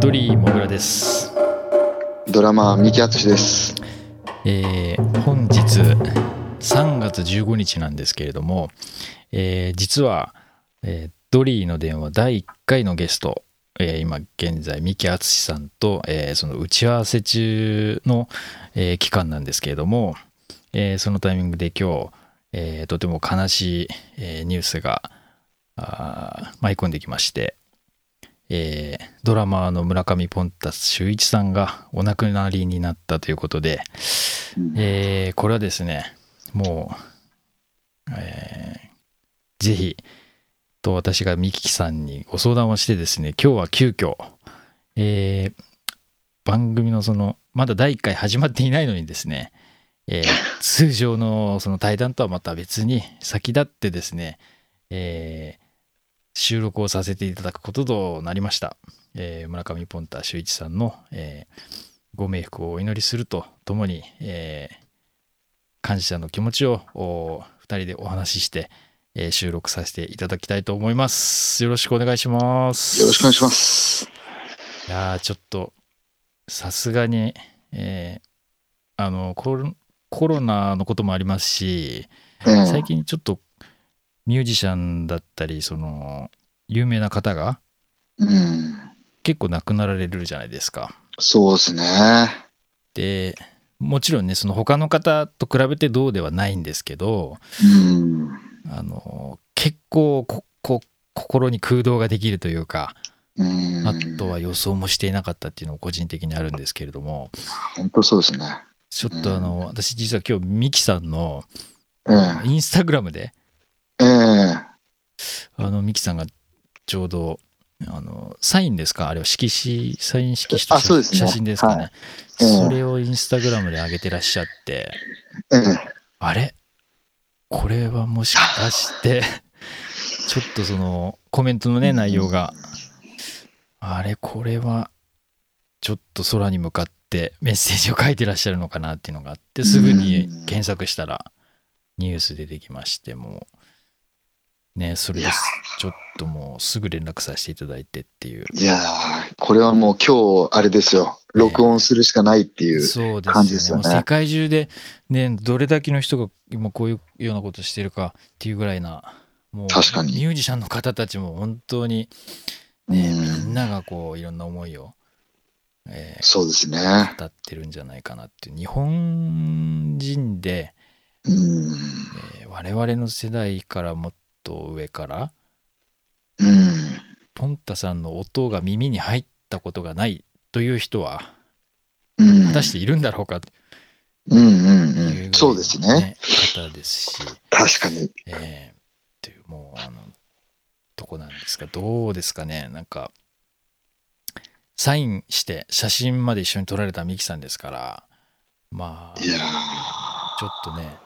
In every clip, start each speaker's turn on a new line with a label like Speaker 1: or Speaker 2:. Speaker 1: ドリーもぐらです、
Speaker 2: ドラマー三木敦です。
Speaker 1: えー本日3月15日なんですけれども、えー実は、えードリーの電話第1回のゲスト、えー今現在三木敦さんと、えーその打ち合わせ中の、えー期間なんですけれども、えーそのタイミングで今日、えーとても悲しい、えーニュースがあー舞い込んできまして、えードラマーの村上ポンタス秀一さんがお亡くなりになったということで、えーこれはですねもう、えーぜひと私がミキキさんにご相談をしてですね今日は急遽、えー番組のそのまだ第1回始まっていないのにですね、 えー通常のその対談とはまた別に先立ってですね、えー収録をさせていただくこととなりました、えー村上ポンタ秀一さんの、えーご冥福をお祈りするとともに、えー感謝の気持ちをお2人でお話しして、えー収録させていただきたいと思います。よろしくお願いします。
Speaker 2: よろしくお願いします。
Speaker 1: いやーちょっとさすがに、えーあのコロコロナのこともありますし
Speaker 2: ええ
Speaker 1: 最近ちょっとミュージシャンだったりその有名な方が
Speaker 2: うん、
Speaker 1: 結構亡くなられるじゃないですか。
Speaker 2: そうですね。
Speaker 1: でもちろんねその他の方と比べてどうではないんですけど
Speaker 2: うん、
Speaker 1: あの結構ここ心に空洞ができるというか
Speaker 2: うん、
Speaker 1: あとは予想もしていなかったっていうのも個人的にあるんですけれども
Speaker 2: 本当そうですね。
Speaker 1: ちょっとあの私実は今日ミキさんの
Speaker 2: ええ
Speaker 1: インスタグラムで
Speaker 2: え
Speaker 1: あのミキさんがちょうどあのサインですかあれは色紙サイン色紙と
Speaker 2: あそうですね
Speaker 1: 写真ですかね、
Speaker 2: はええ
Speaker 1: それをインスタグラムで上げてらっしゃって
Speaker 2: ええ
Speaker 1: あれこれはもしかしてちょっとそのコメントのね内容があれこれはちょっと空に向かってメッセージを書いてらっしゃるのかなっていうのがあってすぐに検索したらニュース出てきましてもうねそれですちょっともうすぐ連絡させていただいてっていう
Speaker 2: いやー、これはもう今日、あれですよ。録音するしかないっていう。
Speaker 1: そうで
Speaker 2: 感じですす
Speaker 1: よ
Speaker 2: よ
Speaker 1: ね
Speaker 2: ね
Speaker 1: もう世界中で、ね、どれだけの人が今こういうようなことしてるかっていうぐらいなもう
Speaker 2: 確かに
Speaker 1: ミュージシャンの方たちも本当に、
Speaker 2: う
Speaker 1: ねみん
Speaker 2: ん、
Speaker 1: ながこういろんな思いを、え
Speaker 2: そうですね。
Speaker 1: ー語ってるんじゃないかなっていう日本人で、
Speaker 2: うん、
Speaker 1: えー我々の世代からもっと上から
Speaker 2: うん、
Speaker 1: ポンタさんの音が耳に入ったことがないという人は
Speaker 2: うん。
Speaker 1: 果たしているんだろうかって
Speaker 2: うん、うん、
Speaker 1: いうぐらいの、
Speaker 2: うん。そうですね。
Speaker 1: 方ですし。
Speaker 2: 確かに。
Speaker 1: えー、というもうあのとこなんですがどうですかねなんかサインして写真まで一緒に撮られたミキさんですからまあ
Speaker 2: いや
Speaker 1: ちょっとね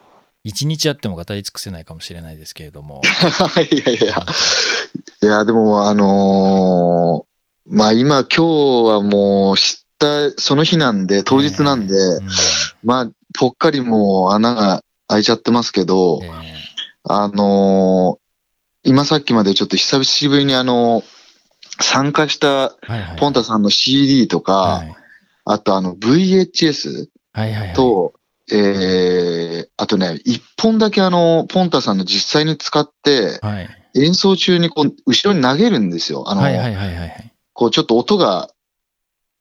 Speaker 1: 一日あっても語り尽くせないかもしれないですけれども
Speaker 2: ー。 いやいやいや
Speaker 1: なん。か
Speaker 2: いや、でも、あのーまあ今、今日はもう知った、その日なんで、当日なんで、
Speaker 1: うん
Speaker 2: まあ、ぽっかりもう穴が開いちゃってますけど、
Speaker 1: え
Speaker 2: あのー今さっきまでちょっと久しぶりにあの参加した
Speaker 1: ーはいはい
Speaker 2: ポンタさんの CD とか、
Speaker 1: はい
Speaker 2: あとあの VHS
Speaker 1: はいはいはい
Speaker 2: と、えー、あとね、一本だけあの、ポンタさんの実際に使って、
Speaker 1: はい
Speaker 2: 演奏中にこう、後ろに投げるんですよ。あの、
Speaker 1: はいはいはいはいはい
Speaker 2: こうちょっと音が、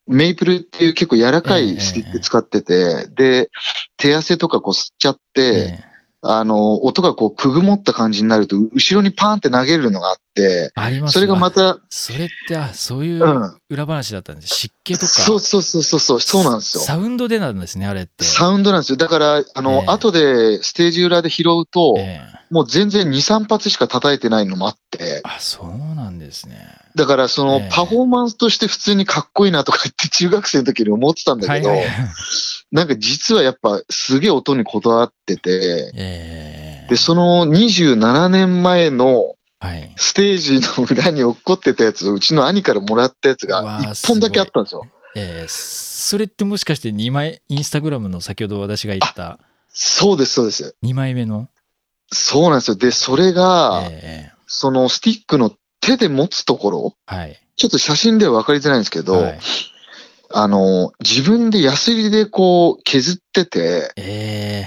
Speaker 2: メイプルっていう結構柔らか
Speaker 1: ええ
Speaker 2: いスティック使ってて、で、手汗とかこう吸っちゃって、
Speaker 1: えー
Speaker 2: あの、音がこうくぐもった感じになると、後ろにパーンって投げるのがあって、
Speaker 1: あります
Speaker 2: それがまた、。
Speaker 1: それってあそういううん裏話だったんです湿気とか
Speaker 2: そうそうそうそうそう、そうなんですよ。
Speaker 1: サウンドでなんですねあれって
Speaker 2: サウンドなんですよ。だから、あ
Speaker 1: え
Speaker 2: の、
Speaker 1: え
Speaker 2: 後でステージ裏で拾うと、
Speaker 1: えー
Speaker 2: もう全然2、3発しか叩いてないのもあって、
Speaker 1: あそうなんですね。
Speaker 2: だからその
Speaker 1: ええ
Speaker 2: パフォーマンスとして普通にかっこいいなとかって中学生の時に思ってたんだけど、
Speaker 1: はい はい
Speaker 2: なんか実はやっぱすげえ音にこだわってて、
Speaker 1: ええ
Speaker 2: で、その27年前の
Speaker 1: はい。
Speaker 2: ステージの裏に落っこってたやつをうちの兄からもらったやつ
Speaker 1: うわ
Speaker 2: が
Speaker 1: ー
Speaker 2: 1本だけあったんですよ。
Speaker 1: ええそれってもしかして2枚、インスタグラムの先ほど私が言った
Speaker 2: そうです、そうです。
Speaker 1: 2枚目の、
Speaker 2: そうなんですよ。で、それが、
Speaker 1: ええ
Speaker 2: そのスティックの手で持つところ、
Speaker 1: はい。
Speaker 2: ちょっと写真では分かりづらいんですけど、
Speaker 1: はい、
Speaker 2: あの、自分でヤスリでこう削ってて、
Speaker 1: え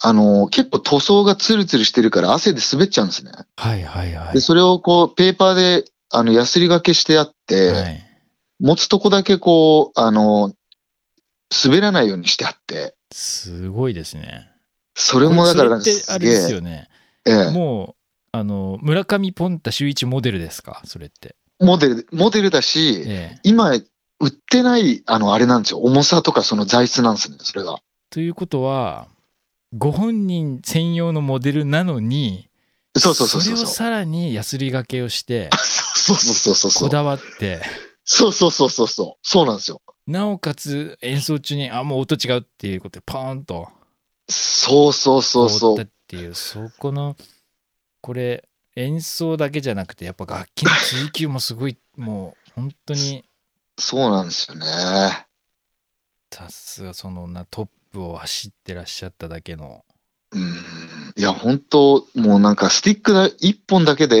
Speaker 2: あの、結構塗装がツルツルしてるから汗で滑っちゃうんですね。
Speaker 1: ー、はいはいはい。
Speaker 2: で、それをこうペーパーで、あの、ヤスリがけしてあって、
Speaker 1: はい、
Speaker 2: 持つとこだけこう、あの、滑らないようにしてあって、
Speaker 1: すごいですね。
Speaker 2: それもだからなんか
Speaker 1: それって
Speaker 2: す
Speaker 1: あ
Speaker 2: げ
Speaker 1: れ
Speaker 2: え
Speaker 1: ですよね。
Speaker 2: え
Speaker 1: もう、あの、村上ポンタ秀一モデルですか、それって。
Speaker 2: え、モデル、モデルだし、
Speaker 1: ええ
Speaker 2: 今、売ってない、あの、あれなんですよ。重さとかその材質なんですね、それが。
Speaker 1: ということは、ご本人専用のモデルなのに、
Speaker 2: そうそうそうそう
Speaker 1: れを
Speaker 2: そう。
Speaker 1: さらにヤスリがけをして、
Speaker 2: そうそうそうそ
Speaker 1: こ
Speaker 2: う。
Speaker 1: だわって、
Speaker 2: そうそうそうそうそう。そうなんですよ。
Speaker 1: なおかつ演奏中に、あ、もう音違うっていうことで、パーンと
Speaker 2: そうそうそう
Speaker 1: 凍
Speaker 2: そ
Speaker 1: った
Speaker 2: う。
Speaker 1: っていう、そこの、これ、演奏だけじゃなくて、やっぱ楽器の追求もすごい、もう、本当に、
Speaker 2: そうなんですよね。
Speaker 1: さすが、そのな、トップを走ってらっしゃっただけの、
Speaker 2: うん。いや、本当もうなんかスティックだ一本だけで、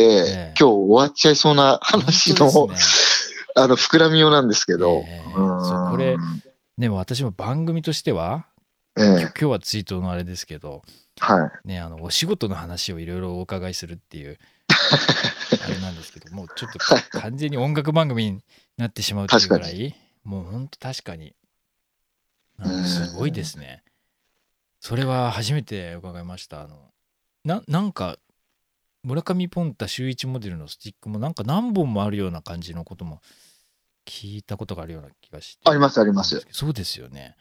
Speaker 1: え
Speaker 2: 今日終わっちゃいそうな話の、
Speaker 1: 本当です
Speaker 2: あの、膨らみようなんですけど。
Speaker 1: ええ
Speaker 2: うん
Speaker 1: そうこれ、ね、私も番組としては、
Speaker 2: え
Speaker 1: 今
Speaker 2: え
Speaker 1: 日今日はツイートのあれですけど、
Speaker 2: はい。
Speaker 1: ね、あのお仕事の話をいろいろお伺いするって いうあれなんですけどもうちょっと
Speaker 2: はい
Speaker 1: 完全に音楽番組になってしまうっていうぐら
Speaker 2: 確
Speaker 1: いもうほんと確かにあ
Speaker 2: う
Speaker 1: の
Speaker 2: ん
Speaker 1: すごいですねそれは初めて伺いましたあのななんか村上ポンタ秀一モデルのスティックもなんか何本もあるような感じのことも聞いたことがあるような気がして
Speaker 2: ありますあります。
Speaker 1: そうですよね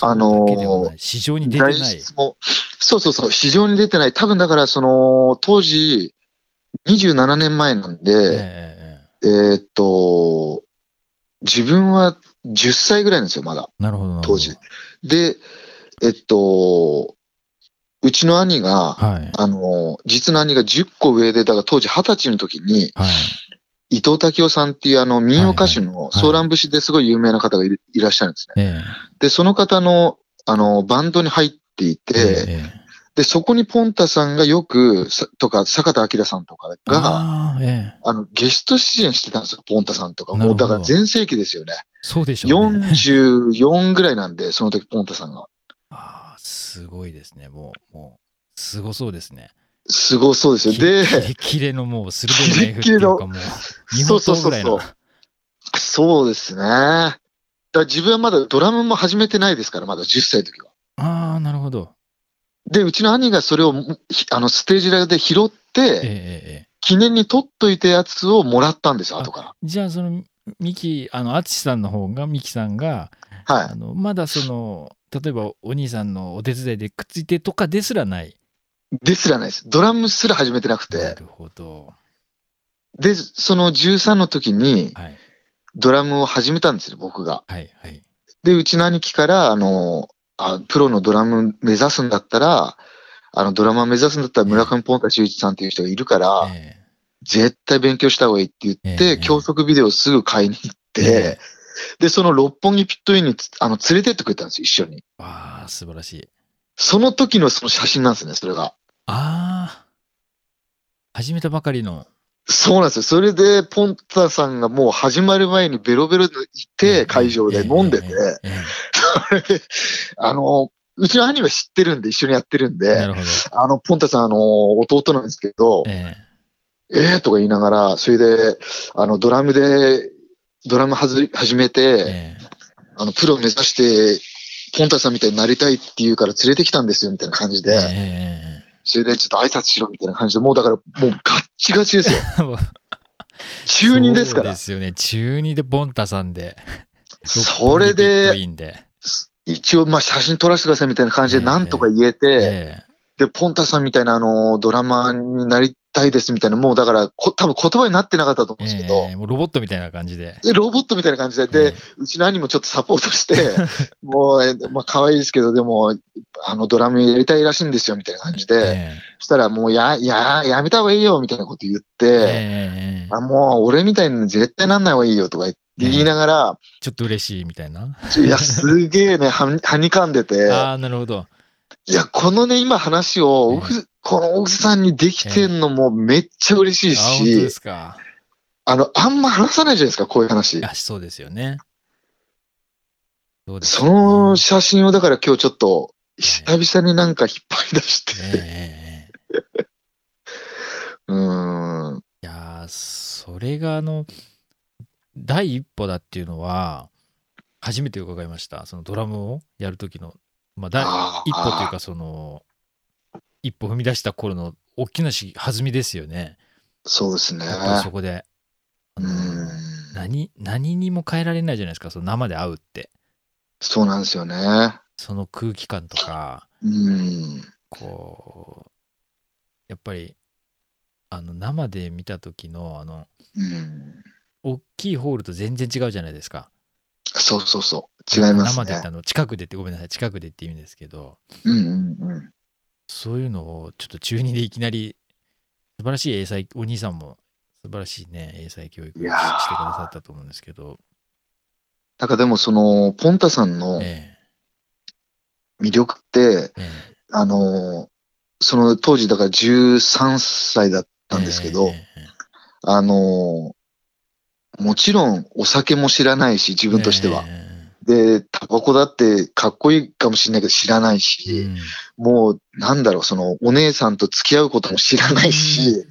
Speaker 2: あのー
Speaker 1: それだけではない市場に出てない
Speaker 2: 外出も、そうそうそう、市場に出てない。多分だから、その、当時、27年前なん
Speaker 1: えええ
Speaker 2: で、
Speaker 1: ええ
Speaker 2: えーっと、自分は10歳ぐらいなんですよ、まだ。
Speaker 1: えなるほどなるほど
Speaker 2: 当時で、えっと、うちの兄が、
Speaker 1: はい。
Speaker 2: あの、実の兄が10個上で、だから当時20歳の時に、
Speaker 1: はい。
Speaker 2: 伊藤滝夫さんっていうあの民謡歌手の
Speaker 1: い
Speaker 2: ソーラン節ですごい有名な方がいるいらっしゃるんです
Speaker 1: え
Speaker 2: ね。で、その方の、あの、バンドに入ってい
Speaker 1: え。
Speaker 2: て、
Speaker 1: ええ
Speaker 2: で、そこにポンタさんがよく、さとか、坂田明さんとかが、あ
Speaker 1: ああ、ええ。
Speaker 2: の、ゲスト出演してたんですよ、ポンタさんとか。
Speaker 1: なる
Speaker 2: も
Speaker 1: ほ
Speaker 2: う、
Speaker 1: ど
Speaker 2: だから全盛期ですよね。
Speaker 1: そうでしょうね。
Speaker 2: 44ぐらいなんで、その時ポンタさんが。
Speaker 1: ああ、すごいですね。もう、もう、すごそうですね。
Speaker 2: すごそうですよ。で、
Speaker 1: キレキレのもう、鋭いナイフっていう
Speaker 2: キレキ
Speaker 1: か、も
Speaker 2: レ
Speaker 1: う、日本
Speaker 2: そうそ
Speaker 1: 刀
Speaker 2: うそ
Speaker 1: ぐ
Speaker 2: う
Speaker 1: らい
Speaker 2: そう
Speaker 1: の。。
Speaker 2: そうですね。だから自分はまだドラムも始めてないですから、まだ10歳の時は。
Speaker 1: ああ、なるほど。
Speaker 2: で、うちの兄がそれをもひあのステージ裏で拾
Speaker 1: え
Speaker 2: っ
Speaker 1: え
Speaker 2: て、
Speaker 1: ええええ。
Speaker 2: 記念に取っといたやつをもらったんですよ、後か
Speaker 1: じゃあ、その、ミキ、あの、アツシさんの方が、ミキさんが、
Speaker 2: ら。はい
Speaker 1: あ。の、まだその、例えばお兄さんのお手伝いでくっついてとかですらない。
Speaker 2: ですらないです。ドラムすら始めてなく
Speaker 1: な
Speaker 2: て。
Speaker 1: るほど。
Speaker 2: で、その13の時に
Speaker 1: はい。
Speaker 2: ドラムを始めたんですよ、僕が。
Speaker 1: はい。はい。
Speaker 2: で、うちの兄貴から、あの、あプロのドラム目指すんだったら、あの、ドラマー目指すんだったら村上ポンタ秀一さんっていう人がいるから、
Speaker 1: ええ
Speaker 2: 絶対勉強した方がいいって言っ
Speaker 1: ええ
Speaker 2: て、教則ビデオすぐ買いに行っ
Speaker 1: え
Speaker 2: て、で、その六本木ピットインにつあの連れてってくれたんですよ、一緒に。
Speaker 1: わあ、素晴らしい。
Speaker 2: その時のその写真なんですね、それが。
Speaker 1: ああ。始めたばかりの。
Speaker 2: そうなんですよ。それで、ポンタさんがもう始まる前にベロベロでい
Speaker 1: ええ
Speaker 2: て、会場で飲んでて、
Speaker 1: ええ
Speaker 2: それであの、うちの兄は知ってるんで、一緒にやってるん
Speaker 1: な
Speaker 2: で、
Speaker 1: るほど。
Speaker 2: あの、ポンタさん、あの、弟なんですけど、
Speaker 1: ええ
Speaker 2: ええーとか言いながら、それで、あの、ドラムで、ドラムはず始めて、
Speaker 1: ええ
Speaker 2: あの、プロ目指して、ポンタさんみたいになりたいって言うから連れてきたんですよ、みたいな感じ
Speaker 1: ええ
Speaker 2: で、それでちょっと挨拶しろ、みたいな感じで、もうだから、もうガッチガチですよ。
Speaker 1: え え
Speaker 2: 中二ですか
Speaker 1: そう
Speaker 2: ら
Speaker 1: で。すよね。中二でボンタさんで。
Speaker 2: それ
Speaker 1: 六本木ビット
Speaker 2: で、
Speaker 1: インで。
Speaker 2: 一応、まあ、写真撮らせてくださいみたいな感じ
Speaker 1: え
Speaker 2: で、
Speaker 1: え
Speaker 2: なんとか言え
Speaker 1: え
Speaker 2: て、
Speaker 1: え
Speaker 2: で、ポンタさんみたいな、あの、ドラマーになりたいですみたいな、もうだから、こ多分言葉になってなかったと思うんですけど
Speaker 1: え、えもうロボットみたいな感じで。
Speaker 2: でロボットみたいな感じで、
Speaker 1: え
Speaker 2: で
Speaker 1: え、
Speaker 2: うちの兄もちょっとサポートして、 もう、えまあ、可愛いですけど、でも、あの、ドラムやりたいらしいんですよ、みたいな感じ
Speaker 1: え
Speaker 2: で、そしたら、もう、や、や、やめた方がいいよ、みたいなこと言って、
Speaker 1: えええ
Speaker 2: あ、もう、俺みたいに絶対なんない方がいいよ、とか言って言いながら、
Speaker 1: ちょっと嬉しいみたいな。
Speaker 2: いや、すげえね、はに、はにかんでて、
Speaker 1: ああ、なるほど。
Speaker 2: いや、このね、今話
Speaker 1: ええ
Speaker 2: を、奥この奥さんにできてんのもめっちゃ嬉しい
Speaker 1: ああ、本当で
Speaker 2: し、
Speaker 1: すか。
Speaker 2: あの、あんま話さないじゃないですか、こういう話。
Speaker 1: あ、そうですよね。そうです
Speaker 2: そ
Speaker 1: よね
Speaker 2: の写真をだから今日ちょっと、久々になんか引っ張り出して、
Speaker 1: ねええええ
Speaker 2: うーん。
Speaker 1: いやーそれがあの第一歩だっていうのは初めて伺いましたそのドラムをやる時の、まあ、第
Speaker 2: あー
Speaker 1: 一歩というかその一歩踏み出した頃の大きなし弾みですよね
Speaker 2: そうですね。
Speaker 1: やっぱりそこで、あ
Speaker 2: う
Speaker 1: の
Speaker 2: ん。
Speaker 1: 何何にも変えられないじゃないですかその生で会うって
Speaker 2: そうなんですよね。
Speaker 1: その空気感とか
Speaker 2: うん。
Speaker 1: こうやっぱりあの生で見た時のあの
Speaker 2: うん。
Speaker 1: 大きいホールと全然違うじゃないですか
Speaker 2: そうそうそう。違います
Speaker 1: 生でっ
Speaker 2: ね
Speaker 1: て。あの近くでってごめんなさい近くでって意味ですけど
Speaker 2: うんうんうん。
Speaker 1: そういうのをちょっと中二でいきなり素晴らしい英才お兄さんも素晴らしいね英才教育をししてく
Speaker 2: いや
Speaker 1: だ
Speaker 2: ー
Speaker 1: さったと思うんですけど、
Speaker 2: なんかでもその、ポンタさんの
Speaker 1: え
Speaker 2: 魅力って、
Speaker 1: ええ
Speaker 2: あの、その当時だから13歳だったんですけ
Speaker 1: え
Speaker 2: ど、
Speaker 1: えええ
Speaker 2: あの、もちろんお酒も知らないし、自分としては。
Speaker 1: え
Speaker 2: で、タバコだってかっこいいかもしれないけど知らな
Speaker 1: ええ
Speaker 2: い
Speaker 1: え
Speaker 2: し、
Speaker 1: うん
Speaker 2: もうなんだろう、そのお姉さんと付き合うことも知らないし、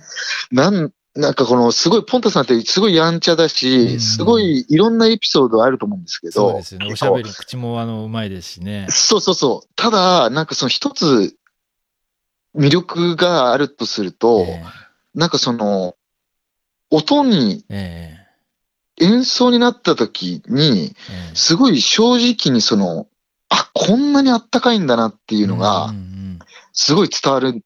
Speaker 2: なん、なんかこのすごい、ポンタさんってすごいやんちゃだ
Speaker 1: うん
Speaker 2: し、すごいいろんなエピソードあると思うんですけど、
Speaker 1: そうですよねおしゃべり
Speaker 2: 結
Speaker 1: 口もあのうまいですしね
Speaker 2: 構そうそうそう。ただ、なんかその一つ魅力があるとすると、
Speaker 1: え
Speaker 2: なんかその、音に、
Speaker 1: ええ
Speaker 2: 演奏になった時に、
Speaker 1: えええ
Speaker 2: すごい正直にその、あ、こんなにあったかいんだなっていうの
Speaker 1: う
Speaker 2: が、
Speaker 1: ん
Speaker 2: すごい伝わる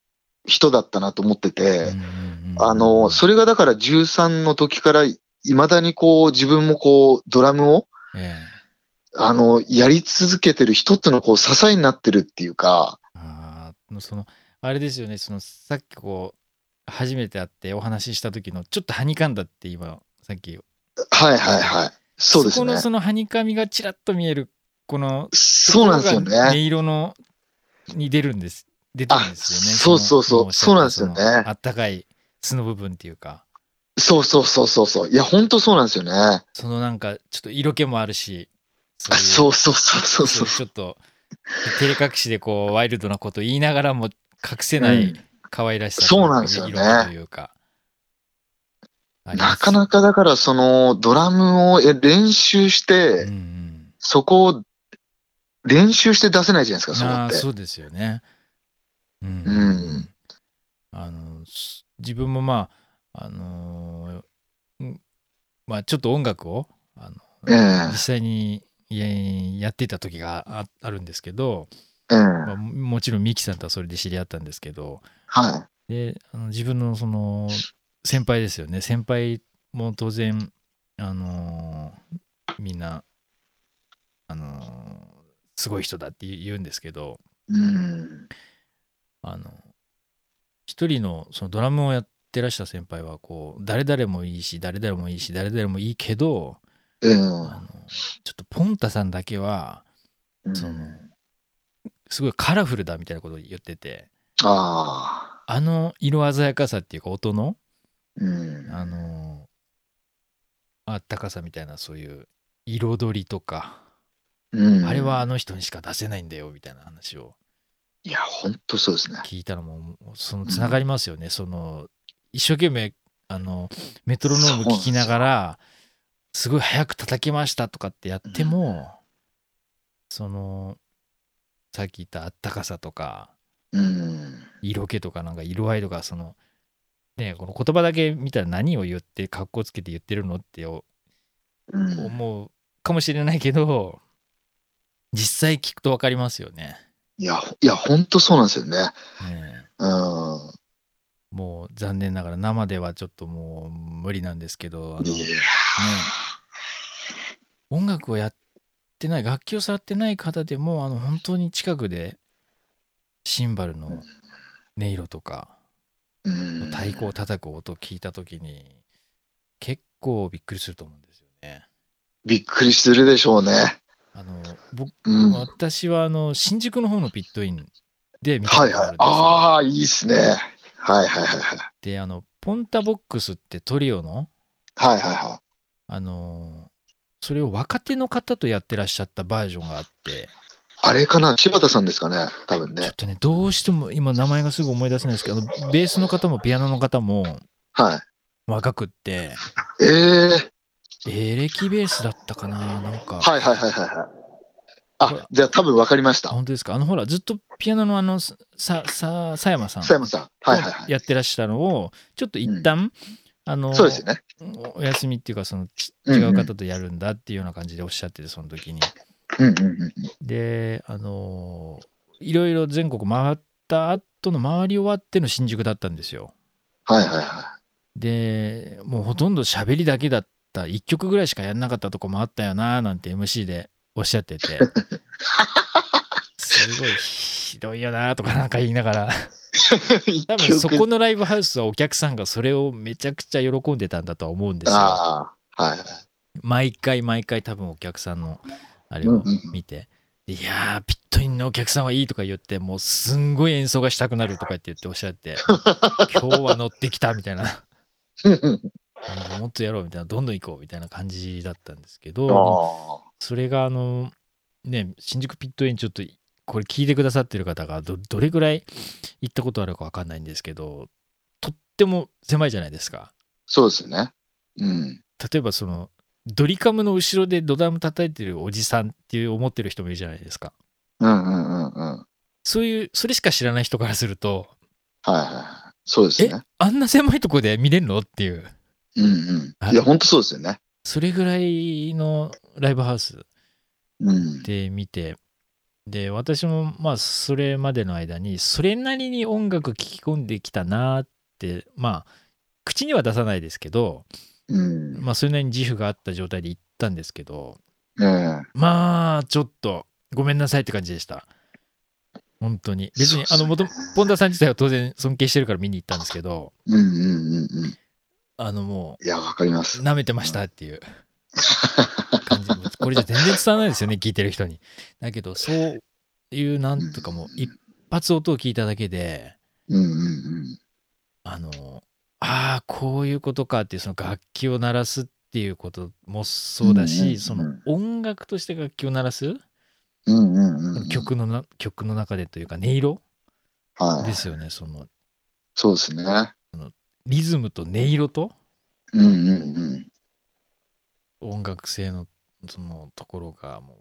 Speaker 2: 人だったなと思って
Speaker 1: うんう
Speaker 2: て、
Speaker 1: んうんうん
Speaker 2: あの、それがだから13の時から、いまだにこう、自分もこう、ドラムを、
Speaker 1: ええ
Speaker 2: あの、やり続けてる一つのこう、支えになってるっていうか、
Speaker 1: ああ、その、あれですよね、その、さっきこう、初めて会ってお話しした時の、ちょっとはにかんだって今、さっき、
Speaker 2: はいはいはい。そうです
Speaker 1: この
Speaker 2: ね。
Speaker 1: そのはにかみがちらっと見える、この、
Speaker 2: そうなんですよ
Speaker 1: ところが音
Speaker 2: ね。
Speaker 1: 色の、に出るんです。出てるんですよね。
Speaker 2: あそうそうそう
Speaker 1: の今おっしゃった
Speaker 2: そうなんですよね
Speaker 1: そのあったかい素の部分っていうか、
Speaker 2: そうそうそうそうそう。いや、本当そうなんですよね。あ
Speaker 1: そのなんか、ちょっと色気もあるし、そ
Speaker 2: そううそうそうそう
Speaker 1: い
Speaker 2: そう
Speaker 1: うちょっと、照れ隠しでこう、ワイルドなこと言いながらも、隠せな
Speaker 2: う
Speaker 1: い
Speaker 2: ん
Speaker 1: 可愛らしさ
Speaker 2: そうなんですよね
Speaker 1: 色気というか。
Speaker 2: なかなかだからそのドラムをえ練習して、
Speaker 1: うんうん、
Speaker 2: そこを練習して出せないじゃないですか、そこ
Speaker 1: あ
Speaker 2: っ
Speaker 1: ー
Speaker 2: て。
Speaker 1: そうですよね。うん
Speaker 2: うん
Speaker 1: あのす自分もまあ、あのーうんまあ、ちょっと音楽をあの
Speaker 2: ええ
Speaker 1: 実際にえやってた時がああるんですけど、
Speaker 2: ええ
Speaker 1: まあ、ももちろんミキさんとはそれで知り合ったんですけど、
Speaker 2: はい。
Speaker 1: であの自分のその先輩ですよね先輩も当然あのーみんなあのーすごい人だって言うんですけど
Speaker 2: うん。
Speaker 1: あの一人のそのドラムをやってらっしゃる先輩はこう誰々もいいし誰々もいいし誰々もいいけど
Speaker 2: ええ
Speaker 1: あのちょっとポンタさんだけは
Speaker 2: うん
Speaker 1: そのすごいカラフルだみたいなことを言ってて
Speaker 2: ああ。
Speaker 1: あの色鮮やかさっていうか音の
Speaker 2: うん。
Speaker 1: あのあったかさみたいなそういう彩りとか、
Speaker 2: うん
Speaker 1: あれはあ。の人にしか出せないんだよみたいな話を
Speaker 2: いや、本当そうですね。
Speaker 1: 聞いたのもそのつながりますよね、その一生懸命あのメトロノーム聞きながらすごい早く叩きましたとかってやっても、そのさっき言ったあったかさとか
Speaker 2: うん。
Speaker 1: 色気とかなんか色合いとかそのねこの言葉だけ見たら何を言ってかっこつけて言ってるのって
Speaker 2: うん、
Speaker 1: 思うかもしれないけど実際聞くと分かりますよね。
Speaker 2: いや、いや、本当そうなんですよね。
Speaker 1: ね
Speaker 2: うん。
Speaker 1: もう残念ながら生ではちょっともう無理なんですけどあの、
Speaker 2: い
Speaker 1: ね、
Speaker 2: や
Speaker 1: 音楽をやってない楽器を触ってない方でもあの本当に近くでシンバルの音色とか
Speaker 2: うん。
Speaker 1: 太鼓を叩く音を聞いた時に結構びっくりすると思うんですよね。
Speaker 2: びっくりするでしょうね。
Speaker 1: あの僕
Speaker 2: うん。はい
Speaker 1: 私はあの新宿の方のピットインで見たことあ
Speaker 2: は
Speaker 1: るん
Speaker 2: い
Speaker 1: ですよ。。
Speaker 2: ああ、いいっすね。はいはいはいはい。
Speaker 1: であのポンタボックスってトリオの
Speaker 2: はいはいは
Speaker 1: あのーそれを若手の方とやってらっしゃったバージョンがあって、
Speaker 2: い。あれかな柴田さんですかね多
Speaker 1: ち
Speaker 2: 分
Speaker 1: ょ
Speaker 2: ね
Speaker 1: っ。とね、どうしても今名前がすぐ思い出せないですけど、あのベースの方もピアノの方も
Speaker 2: は
Speaker 1: 若くって、
Speaker 2: い。ええ
Speaker 1: エレキベースだったかななんか。
Speaker 2: はいはいはいはいはい。
Speaker 1: これ
Speaker 2: あ、じゃあ多分分かりまし
Speaker 1: あ
Speaker 2: た。
Speaker 1: 本当ですかあのほらずっとピアノのあのさささやまさん
Speaker 2: 佐山さん。はいはいはい。
Speaker 1: やってらっしゃるのをちょっと一旦、あの
Speaker 2: そうですよね。
Speaker 1: お休みっていうかそのち
Speaker 2: うん
Speaker 1: 違
Speaker 2: うん
Speaker 1: う方とやるんだっていうような感じでおっしゃっててその時に
Speaker 2: うんうんうん。
Speaker 1: であのいろいろ全国回った後の回り終わっての新宿だったんですよ
Speaker 2: はいはいは
Speaker 1: でもうほとんど喋りだけだった1曲ぐらいしかやんなかったとこもあったよなーなんて MC でおっしゃっててすごいひどいよなーとかなんか言いながら
Speaker 2: い。
Speaker 1: 多分そこのライブハウスはお客さんがそれをめちゃくちゃ喜んでたんだとは思うんですよ。
Speaker 2: ああ、はいはい。
Speaker 1: 毎回毎回多分お客さんのあれ
Speaker 2: うん
Speaker 1: を
Speaker 2: うんうん
Speaker 1: 見て。でいやー、ピットインのお客さんはいいとか言って、もうすんごい演奏がしたくなるとかって言っておっしゃ って、今日は乗ってきたみたいな、 もっとやろうみたいな、どんどん行こうみたいな感じだったんですけど、
Speaker 2: あ
Speaker 1: それがあの、ね、新宿ピットインちょっとこれ聞いてくださってる方がどどれぐらい行ったことあるかわかんないんですけど、とっても狭いじゃないですか。
Speaker 2: そうですよね。うん。
Speaker 1: 例えばそのドリカムの後ろでドラム叩いてるおじさんっていう思ってる人もいるじゃないですか
Speaker 2: うんうんうんうん。はい
Speaker 1: そういうそれしか知らない人からすると
Speaker 2: はいはい。そうです
Speaker 1: え
Speaker 2: ね。
Speaker 1: あんな狭いとこで見れるのっていう
Speaker 2: うん
Speaker 1: は
Speaker 2: う
Speaker 1: い
Speaker 2: ん。いや、本当そうですよね。
Speaker 1: それぐらいのライブハウス
Speaker 2: うん。
Speaker 1: で見てで私もまあそれまでの間にそれなりに音楽聴き込んできたなーってまあ口には出さないですけど、
Speaker 2: うん。
Speaker 1: まあ、それなりに自負があった状態で行ったんですけど、
Speaker 2: ええ。
Speaker 1: まあ、ちょっと、ごめんなさいって感じでした。本当に。別に、
Speaker 2: そ
Speaker 1: あ
Speaker 2: う
Speaker 1: の、
Speaker 2: で
Speaker 1: 元、ポンダさん自体は当然尊敬してるから見に行ったんですけど、
Speaker 2: うんうんうんうん。
Speaker 1: あの、も
Speaker 2: いや、わかります
Speaker 1: う、。舐めてましたっていう感じ。これじゃ全然伝わらないですよね、聞いてる人に。だけど、そういう、なんとかもう、一発音を聞いただけで、
Speaker 2: うんうんうん。
Speaker 1: あの、ああ、こういうことかっていう、その楽器を鳴らすっていうこともそうだ
Speaker 2: うんうんう
Speaker 1: し、
Speaker 2: ん
Speaker 1: その音楽として楽器を鳴らす、
Speaker 2: うんうんうん。。
Speaker 1: 曲のな曲の中でというか、音色
Speaker 2: は
Speaker 1: で
Speaker 2: い。
Speaker 1: すよね、その
Speaker 2: そうですね。
Speaker 1: リズムと音色と
Speaker 2: うんうんうん。
Speaker 1: 音楽性のそのところがもう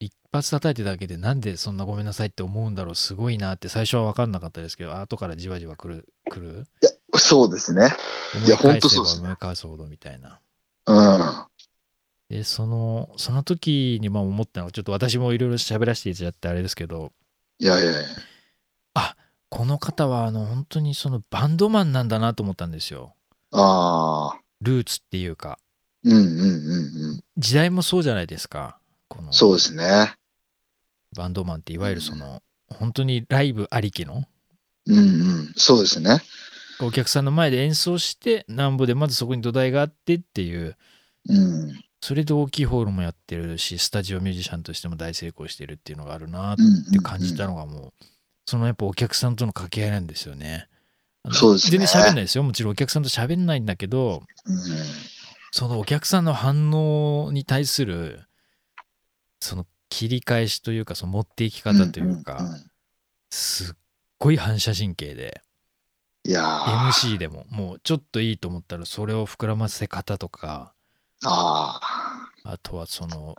Speaker 1: 一発叩いてだけでなんでそんなごめんなさいって思うんだろうすごいなって最初は分かんなかったですけど後からじわじわくるくる
Speaker 2: そうですね。
Speaker 1: 思
Speaker 2: いや
Speaker 1: 返
Speaker 2: ほんと
Speaker 1: せ
Speaker 2: そう
Speaker 1: ば
Speaker 2: ですね
Speaker 1: 思い返すほどみたいな
Speaker 2: うん。
Speaker 1: でそのその時にまあ思ったのがちょっと私もいろいろ喋らせていただいてあれですけど
Speaker 2: いやいやいや。
Speaker 1: この方はあの本当にそのバンドマンなんだなと思ったんですよ
Speaker 2: ああ。
Speaker 1: ルーツっていうか
Speaker 2: うんうんうんうん。
Speaker 1: 時代もそうじゃないですかこの
Speaker 2: そうですね。
Speaker 1: バンドマンっていわゆるその、本当にライブありきの
Speaker 2: うんうん。そうですね。
Speaker 1: お客さんの前で演奏してなんぼでまずそこに土台があってっていう
Speaker 2: うん。
Speaker 1: それで大きいホールもやってるしスタジオミュージシャンとしても大成功してるっていうのがあるなっ
Speaker 2: うんうん
Speaker 1: て感じたのがもう、そのやっぱお客さんとの掛け合いなんですよね。あの
Speaker 2: そうですね
Speaker 1: 全然喋んないですよもちろんお客さんと喋んないんだけど
Speaker 2: うん。
Speaker 1: そのお客さんの反応に対するその切り返しというかその持っていき方というか、
Speaker 2: んんん
Speaker 1: すっごい反射神経で
Speaker 2: いやー
Speaker 1: MC でももうちょっといいと思ったらそれを膨らませ方とか
Speaker 2: あ
Speaker 1: あとはその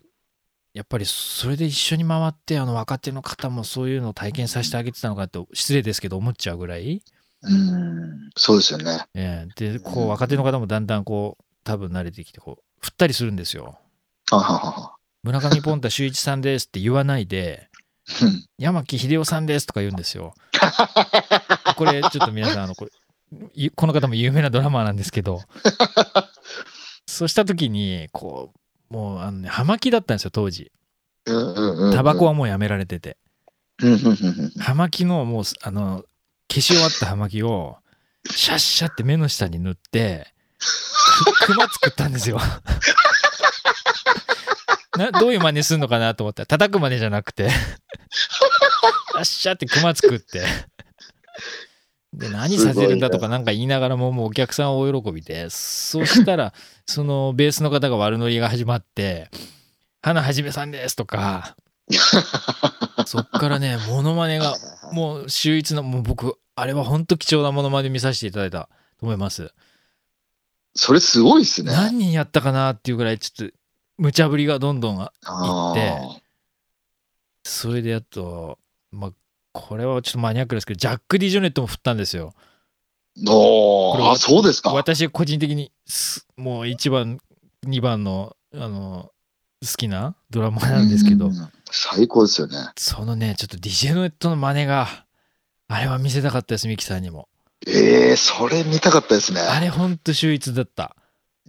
Speaker 1: やっぱりそれで一緒に回ってあの若手の方もそういうのを体験させてあげてたのかと失礼ですけど思っちゃうぐらい、
Speaker 2: あ。うん。そうですよね。
Speaker 1: ええでこう若手の方もだんだんこう多分慣れてきてこう振ったりするんですよ。
Speaker 2: あははは。
Speaker 1: 村上ポンタ秀一さんですって言わないで
Speaker 2: うん
Speaker 1: 山木秀夫さんですとか言うんですよ。これちょっと皆さんあのこれいこの方も有名なドラマーなんですけどそうした時にこうもうあの、ね、葉巻だったんですよ当時
Speaker 2: うんうんうんうん。
Speaker 1: タバコはもうやめられてて
Speaker 2: うんうんうんうん。
Speaker 1: 葉巻のもうあの消し終わった葉巻をシャッシャって目の下に塗ってくクマ作ったんですよ などういう真似するのかなと思ったら叩く真似じゃなくてシャッシャってクマ作ってで何させるんだとかなんか言いながらももうお客さん大喜びでそしたらそのベースの方が悪ノリが始まって「花はじめさんです」とかそっからねモノマネがもう秀逸なもう僕あれは本当貴重なモノマネ見させていただいたと思います
Speaker 2: それすごいっすね。
Speaker 1: 何人やったかなっていうぐらいちょっと無茶ぶりがどんどん
Speaker 2: あ
Speaker 1: 行それであとまあこれはちょっとマニアックですけどジャック・ディ・ジョネットも振ったんですよ
Speaker 2: ーお
Speaker 1: これ
Speaker 2: ーあ、そうですか。
Speaker 1: 私個人的にすもう1番2番のあの好きなドラマなんですけ
Speaker 2: う
Speaker 1: ど
Speaker 2: ん最高ですよね。
Speaker 1: そのねちょっとディジェネットの真似があれは見せたかったですミキさんにも
Speaker 2: ええそれ見たかったですね。
Speaker 1: あれほんと秀逸だった